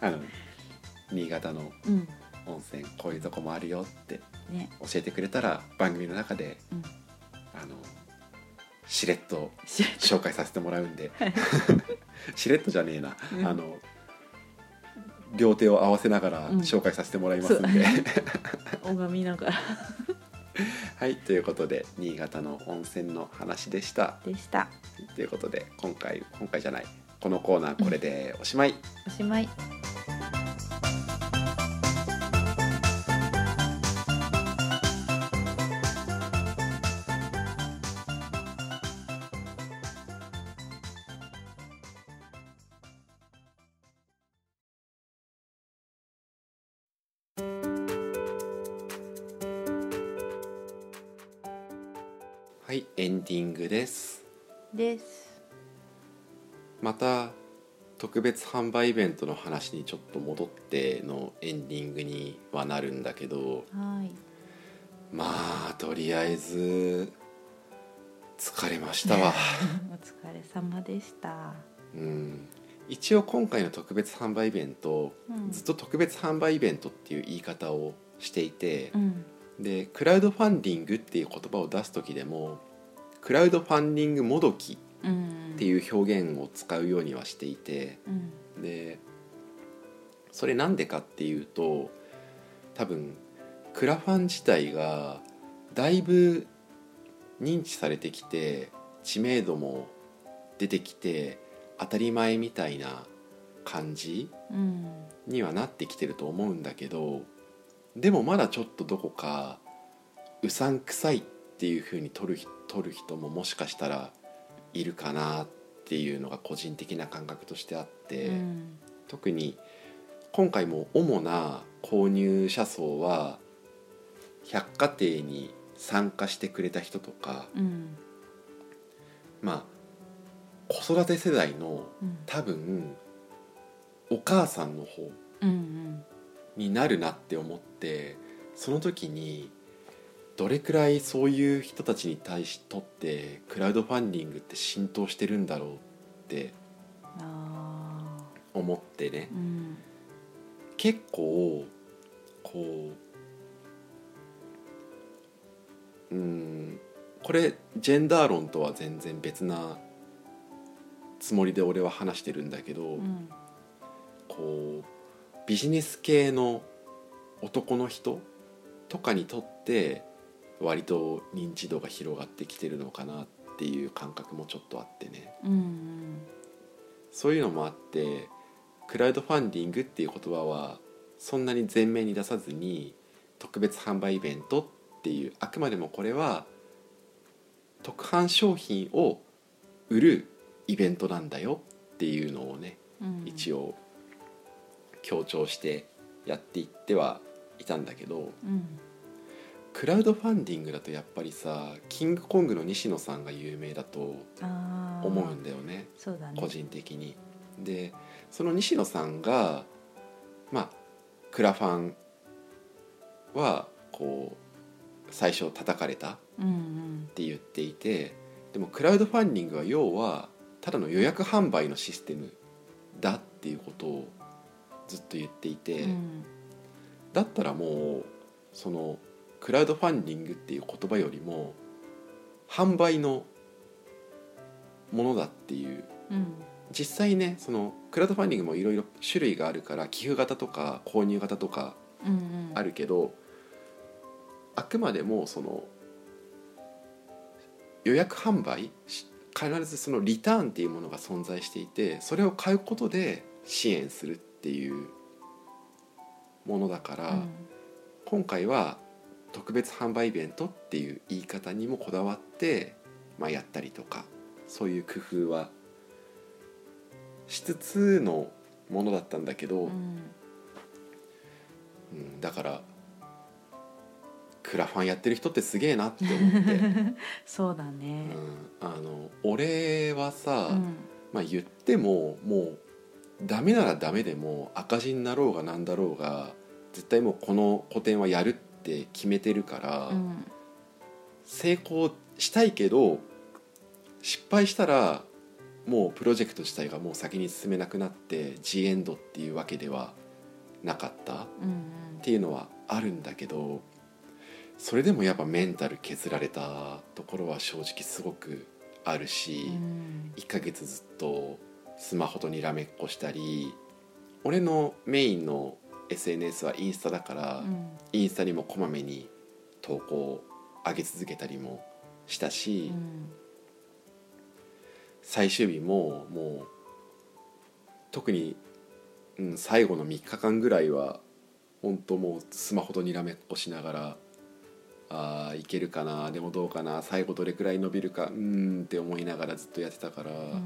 あの新潟の
うん
温泉こういうとこもあるよって
ね
教えてくれたら番組の中で
うん
あのしれっと
し
紹介させてもらうんで、
はい
しれっとじゃねえな、
うん
あの両手を合わせながら
うん
紹介させてもらいますんで、
そう拝みながら
はいということで新潟の温泉の話でした
でした
ということで今回今回じゃないこのコーナーこれでおしまい、
おしまい
はいエンディングです
です
また特別販売イベントの話にちょっと戻ってのエンディングにはなるんだけど
はい
まあとりあえず疲れましたわ
お疲れ様でした
うん一応今回の特別販売イベント
うん
ずっと特別販売イベントっていう言い方をしていて
うん
でクラウドファンディングっていう言葉を出す時でもクラウドファンディングもどきっ
うん
ていう表現を使うようにはしていて
うん
でそれなんでかっていうと多分クラファン自体がだいぶ認知されてきて知名度も出てきて当たり前みたいな感じ
うん
にはなってきてると思うんだけどでもまだちょっとどこかうさんくさいっていう風に取る人取る人ももしかしたらいるかなっていうのが個人的な感覚としてあって。
うん
特に今回も主な購入者層は百貨店に参加してくれた人とか
うん
まあ子育て世代の
うん
多分お母さんの方
うん
になるなって思ってその時にどれくらいそういう人たちに対しとってクラウドファンディングって浸透してるんだろうって
ああ
思ってね。
うん
結構こううんこれジェンダー論とは全然別なつもりで俺は話してるんだけど、
うん
こうビジネス系の男の人とかにとって割と認知度が広がってきてるのかなっていう感覚もちょっとあってね。
うん
そういうのもあってクラウドファンディングっていう言葉はそんなに前面に出さずに特別販売イベントっていうあくまでもこれは特販商品を売るイベントなんだよっていうのをね
うん
一
応
応強調してやっていってはいたんだけど
うん
クラウドファンディングだとやっぱりさキングコングの西野さんが有名だと
ああ
思うんだよね。
そうだね
個人的に。でその西野さんがまあクラファンはこう最初叩かれたっ
うん
て言っていてでもクラウドファンディングは要はただの予約販売のシステムだっっていうことをずっと言っていて、
うん
だったらもうそのクラウドファンディングっていう言葉よりも販売のものだっていう
うん
実際ねそのクラウドファンディングもいろいろ種類があるから寄付型とか購入型とか
うんうん
あるけど、あくまでもその予約販売し必ずそのリターンっていうものが存在していてそれを買うことで支援するっていうものだから、今回は特別販売イベントっていう言い方にもこだわって、まあ、やったりとかそういう工夫はしつつのものだったんだけど、
うんうん
うんだからクラファンやってる人ってすげえなって 思って、
そうだ
う
ね、
ん、あの俺はさ、
うん
まあ、言ってももうダメならダメでも赤字になろうがなんだろうが絶対もうこの個展はやるって決めてるから、
うん
成功したいけど失敗したらもうプロジェクト自体がもう先に進めなくなってジエンドっていうわけではなかった。
うん
っていうのはあるんだけどそれでもやっぱメンタル削られたところは正直すごくある
う
し、
ん
1ヶ月ずっとスマホとにらめっこしたり俺のメインの SNS はインスタだから、
うん
インスタにもこまめに投稿を上げ続けたりもしたし、
うん
最終日ももう特に、うん、最後の3日間ぐらいは本当もうスマホとにらめっこしながらあーいけるかなでもどうかな最後どれくらい伸びるかうーんって思いながらずっとやってたから、
うん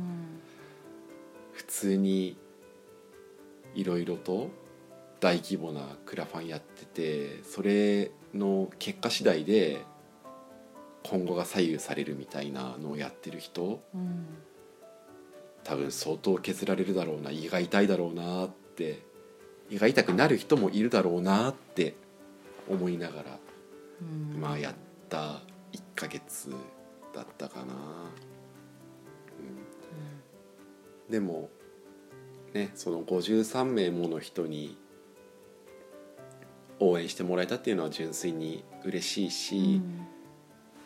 普通にいろいろと大規模なクラファンやっててそれの結果次第で今後が左右されるみたいなのをやってる人、
うん
多分相当削られるだろうな胃が痛いだろうなって胃が痛くなる人もいるだろうなって思いながら、
うん
まあやった1ヶ月だったかな、うん、でもねその53名もの人に応援してもらえたっていうのは純粋に嬉しいし、
うん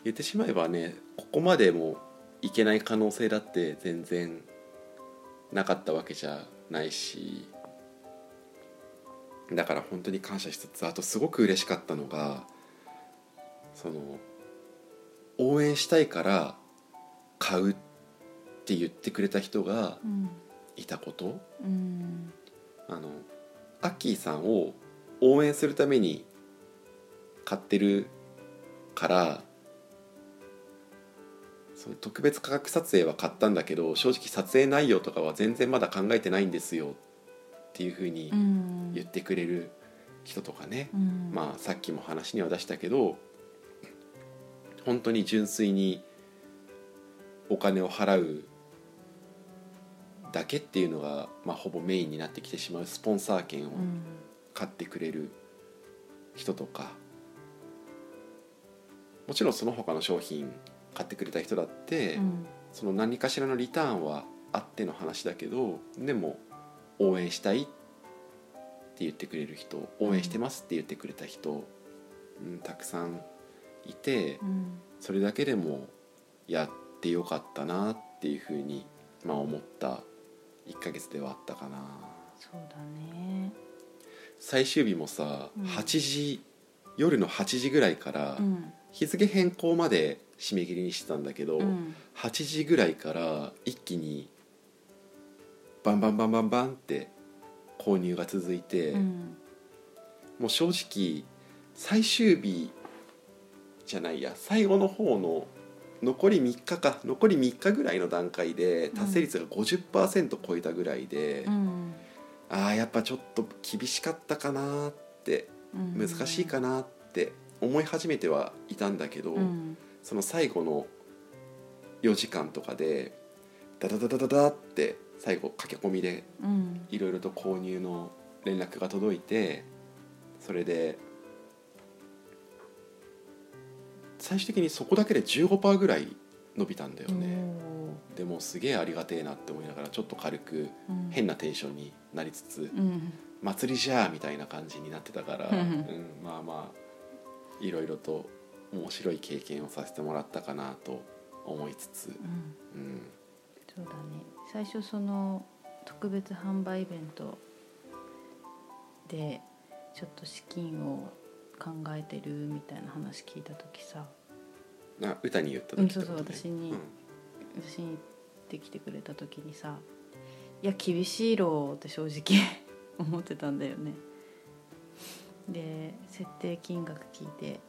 言ってしまえばねここまでもいけない可能性だって全然なかったわけじゃないしだから本当に感謝しつつあとすごく嬉しかったのがその応援したいから買うって言ってくれた人が
うん
いたこと
うん
あのアッキーさんを応援するために買ってるからその特別価格撮影は買ったんだけど正直撮影内容とかは全然まだ考えてないんですよっていうふうに
うん
言ってくれる人とかね、
うん
まあさっきも話には出したけど本当に純粋にお金を払うだけっていうのが、まあ、ほぼメインになってきてしまうスポンサー
う
権を
ん
買ってくれる人とかもちろんその他の商品買ってくれた人だって、
うん
その何かしらのリターンはあっての話だけどでも応援したいって言ってくれる人応援してますって言ってくれた人、うん、たくさんいて
うん
それだけでもやってよかったなっていうふうに、まあ、思った1ヶ月ではあったかな
そうだね
最終日もさ、
うん
8時夜の8時ぐらいから
うん
日付変更まで締め切りにしてたんだけど、
うん
8時ぐらいから一気にバンバンバンバンバンって購入が続いて、
うん
もう正直最終日じゃないや最後の方の残り3日か残り3日ぐらいの段階で達成率が50%超えたぐらいで、
うん
ああやっぱちょっと厳しかったかなって
うん
難しいかなって思い始めてはいたんだけど。
うん
その最後の4時間とかでダダダダダダって最後駆け込みで
うん
いろいろと購入の連絡が届いてそれで最終的にそこだけで15%ぐらい伸びたんだよね、
お
でもすげえありがてえなって思いながらちょっと軽く
うん
変なテンションになりつつ、
うん
祭りじゃーみたいな感じになってたから、
うん
うんまあまあいろいろと面白い経験をさせてもらったかなと思いつつ、
うん
うん、
そうだね最初その特別販売イベントでちょっと資金を考えてるみたいな話聞いた時さ
な歌に言った時ってこと
うんそうそう私に私に行ってきてくれた時にさ「いや厳しいろ」って正直 思ってたんだよね。で設定金額聞いて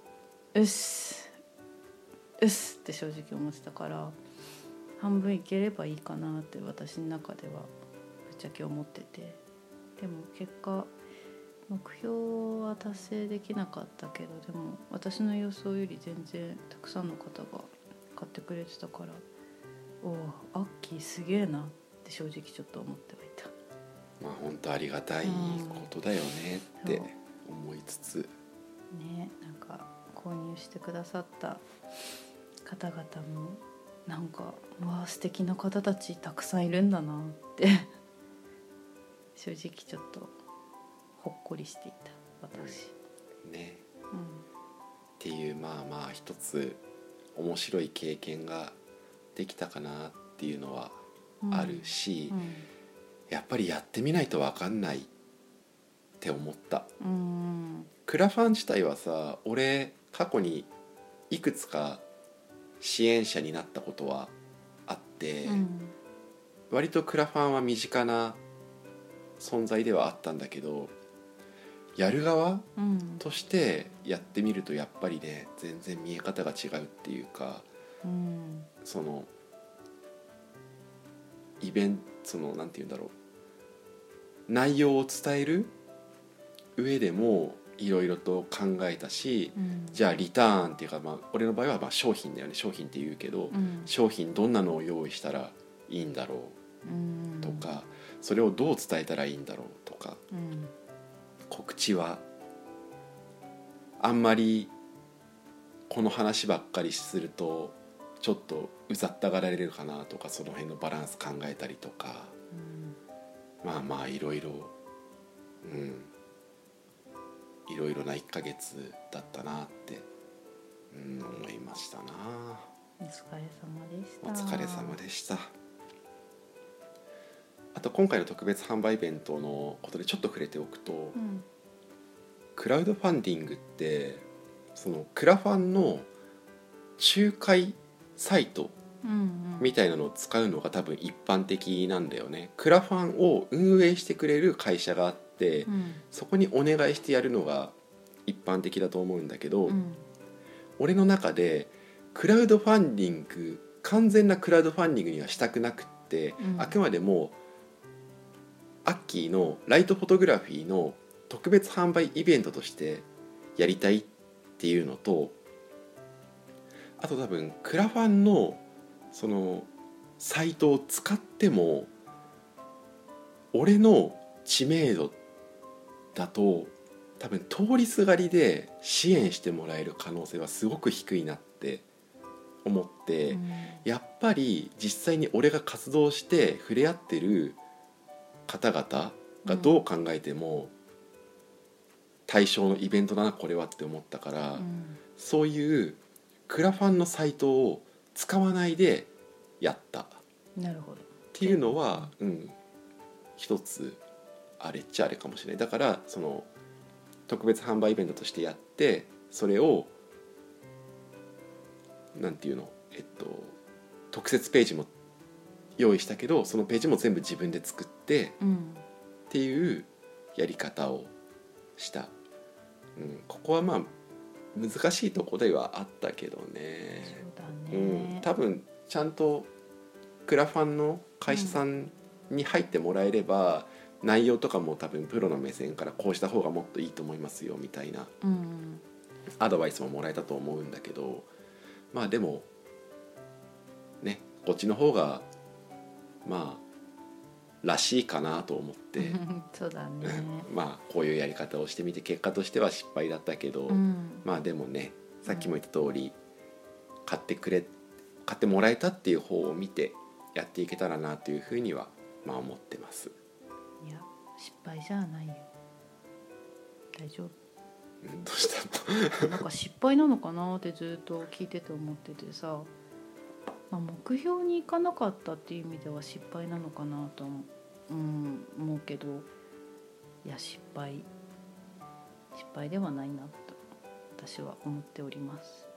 「うっすうっす」って正直思ってたから半分いければいいかなって私の中ではぶっちゃけ思っててでも結果目標は達成できなかったけどでも私の予想より全然たくさんの方が買ってくれてたからおおアッキーすげえなって正直ちょっと思ってはいた
うんまあ本当ありがたいことだよねって思いつつ、
ねなんか購入してくださった方々もなんかうわあ素敵な方たちたくさんいるんだなって 正直ちょっとほっこりしていた私、
ね
うん、
っていうまあまあ一つ面白い経験ができたかなっていうのは
うん
あるし、
うん
やっぱりやってみないと分かんないって思った。
うん
クラファン自体はさ俺過去にいくつか支援者になったことはあって、
うん
割とクラファンは身近な存在ではあったんだけどやる側
うん
としてやってみるとやっぱりね全然見え方が違うっていうか
うん
そのイベントそのなんて言うんだろう内容を伝える上でもいろいろと考えたし、
うん
じゃあリターンっていうか、まあ、俺の場合はまあ商品だよね商品って言うけど、
うん
商品どんなのを用意したらいいんだろ
うん
うとか、それをどう伝えたらいいんだろうとか
うん
告知はあんまりこの話ばっかりするとちょっとうざったがられるかなとかその辺のバランス考えたりとか
うん
まあまあいろいろうんいろいろな1ヶ月だったなって、うん、思いましたな。
お疲れ様でし
お
た
疲れ様でしたあと今回の特別販売イベントのことでちょっと触れておくと、
うん
クラウドファンディングってそのクラファンの仲介サイト
うん
みたいなのを使うのが多分一般的なんだよねクラファンを運営してくれる会社があって、
うん
そこにお願いしてやるのが一般的だと思うんだけど、
うん
俺の中でクラウドファンディング完全なクラウドファンディングにはしたくなくって、
うん
あくまでもアッキーのライトフォトグラフィーの特別販売イベントとしてやりたいっていうのとあと多分クラファンのそのサイトを使っても俺の知名度だと多分通りすがりで支援してもらえる可能性はすごく低いなって思って、やっぱり実際に俺が活動して触れ合ってる方々がどう考えても対象のイベントだなこれはって思ったから、
うん
そういうクラファンのサイトを使わないでやったっ
なるほど
ていうのは、うん、一つあれっちゃあれかもしれないだからその特別販売イベントとしてやってそれをなんていうのえっと特設ページも用意したけどそのページも全部自分で作って
うん
っていうやり方をした、うん、ここはまあ難しいとこではあったけど
そう
ね、
だ
うん
ね、
多分ちゃんとクラファンの会社さんに入ってもらえれば、内容とかも多分プロの目線からこうした方がもっといいと思いますよみたいな
うん
アドバイスももらえたと思うんだけどまあでもねこっちの方がまあらしいかなと思って。
そうだね
まあこういうやり方をしてみて結果としては失敗だったけど、
うん
まあでもねさっきも言った通り、買ってくれ買ってもらえたっていう方を見てやっていけたらなというふうにはまあ思ってます。
いや失敗じゃないよ大丈夫
うんどうした
なんか失敗なのかなってずっと聞いてて思っててさ、まあ、目標に行かなかったっていう意味では失敗なのかなとも、うん、思うけどいや失敗失敗ではないなと私は思っております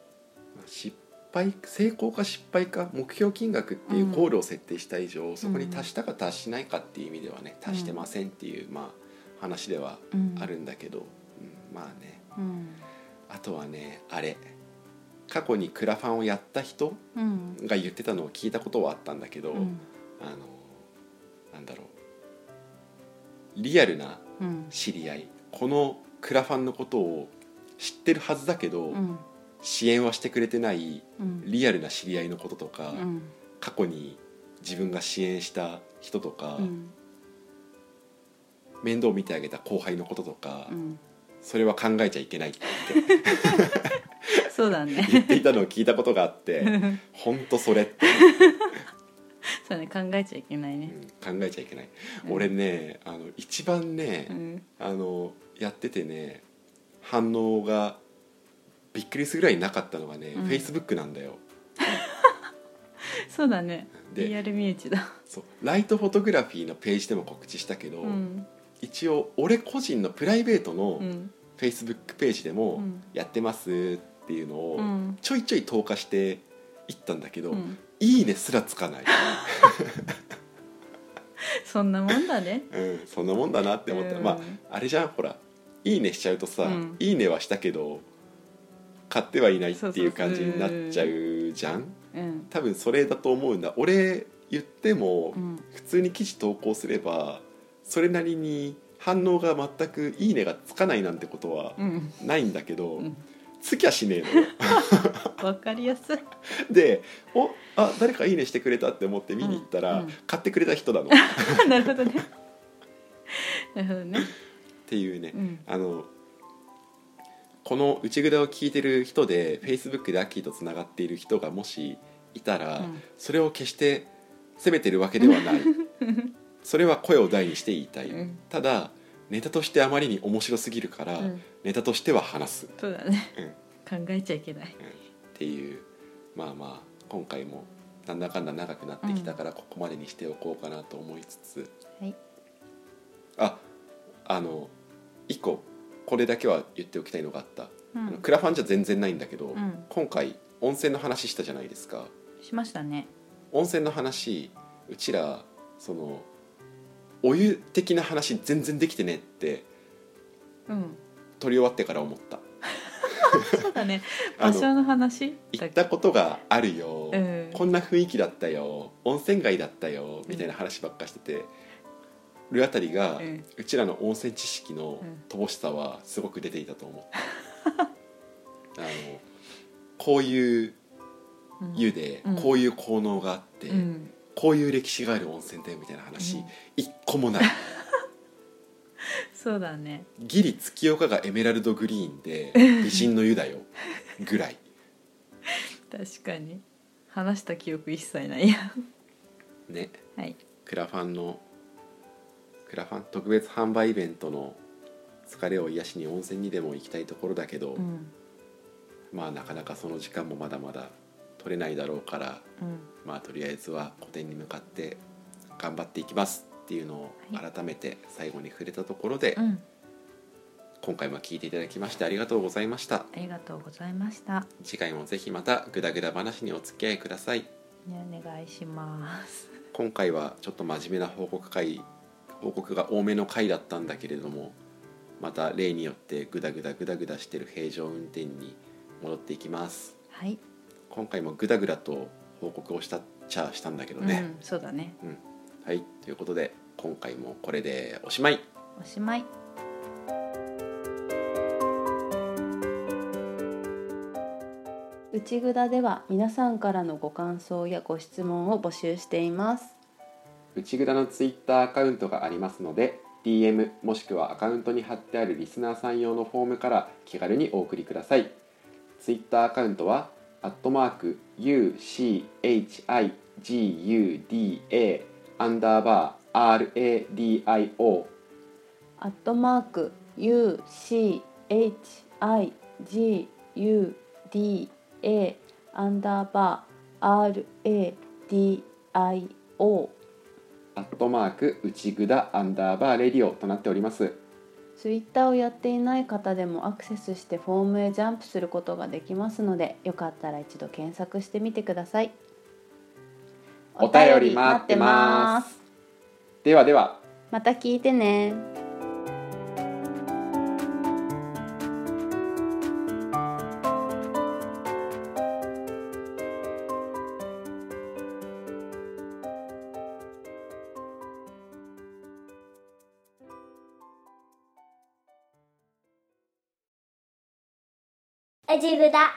失敗成功か失敗か目標金額っていうゴールを設定した以上、そこに達したか達しないかっていう意味ではね達してませんっていう、まあ、話では
うん
あるんだけど、うんまあね
うん
あとはねあれ過去にクラファンをやった人
うん
が言ってたのを聞いたことはあったんだけど、
うん
あのなんだろうリアルな
うん
知り合いこのクラファンのことを知ってるはずだけど、
うん
支援はしてくれてない
うん
リアルな知り合いのこととか、
うん
過去に自分が支援した人とか、
うん
面倒を見てあげた後輩のこととか、
うん
それは考えちゃいけないって
そうだね
言っていたのを聞いたことがあって本当それって、
そうね考えちゃいけないうね
ん考えちゃいけない、
うん
俺ねあの一番ね、
うん
あのやっててね反応がびっくりするぐらいなかったのがね、
うん
Facebook なんだよ
そうだねリ
で
アル身内だ
そうライトフォトグラフィーのページでも告知したけど、
うん
一応俺個人のプライベートの
うん
フェイスブックページで
う
も
ん
やってますっていうの
う
を
ん
ちょいちょい投下していったんだけど、
うん
いいねすらつかない、
そんなもんだね
うん、そんなもんだなって思った、
うん
まああれじゃんほらいいねしちゃうとさ、
うん
いいねはしたけど買ってはいないって
そう
い
そうう
感じになっちゃうじゃん
うん
多分それだと思うんだ俺言っても
うん
普通に記事投稿すればそれなりに反応が全く「いいね」がつかないなんてことは
うん
ないんだけど、
うん
つきゃしねえのよ
わかりやすい
で「おあ誰かいいねしてくれた」って思って見に行ったら、
うんうん
買ってくれた人なのっ
なるほどねなるほどね
ていうね
うん
あのこの内札を聞いてる人で Facebook でアッキーとつながっている人がもしいたら、
うん
それを決して責めてるわけではない それは声を大にして言いたい、
うん
ただネタとしてあまりに面白すぎるから、
うん
ネタとしては話すっ
そうだね考えちゃいけない
ていうまあまあ今回もなんだかんだ長くなってきたからここまでにしておこうかなと思いつつ、
はい
ああの一個これだけは言っておきたいのがあった、
う
あの
ん
クラファンじゃ全然ないんだけど、
うん
今回温泉の話したじゃないですか
しましたね
温泉の話うちらそのお湯的な話全然できてねって
うん
撮り終わってから思った
そうだね
あ
場
の
所の話
行
だけ
ったことがあるよ、
うん
こんな雰囲気だったよ温泉街だったよみたいな話ばっかしてて、るあたりが、
う
うんちらの温泉知識の
うん
乏しさはすごく出ていたと思 った、あのこういう
うん
湯で、
うん
こういう効能があって、
うん
こういう歴史がある温泉だよみたいな話、
うん
一個もない
そうだね
ギリ月岡がエメラルドグリー ンで美人の湯だよぐらい
確かに話した記憶一切ないや
ね
はい
クラファンのクラファン特別販売イベントの疲れを癒しに温泉にでも行きたいところだけど、
うん
まあなかなかその時間もまだまだ取れないだろうから
うん
まあとりあえずは古典に向かって頑張っていきますっていうのを
はい
改めて最後に触れたところで、
うん
今回も聞いていただきましてありがとうございました
ありがとうございました
次回もぜひまたグダグダ話にお付き合いください
ねお願いします
今回はちょっと真面目な報告会報告が多めの回だったんだけれどもまた例によってグダグダグダグダしてる平常運転に戻っていきます
はい
今回もグダグダと報告をしたっちゃしたんだけどね、
うんそうだね
はいということで今回もこれでおしまい
おしまい内ぐだでは皆さんからのご感想やご質問を募集しています
内ぐだのツイッターアカウントがありますので DM もしくはアカウントに貼ってあるリスナーさん用のフォームから気軽にお送りくださいツイッターアカウントは「アットマーク UCHIGUDA アンダーバー RADIO
アットマーク UCHIGUDA アンダーバー RADIO
アットマーク内ぐだアンダーバーレディオとなっております
ツイッターをやっていない方でもアクセスしてフォームへジャンプすることができますのでよかったら一度検索してみてください
お便り待ってますではでは
また聞いてね
エジブダ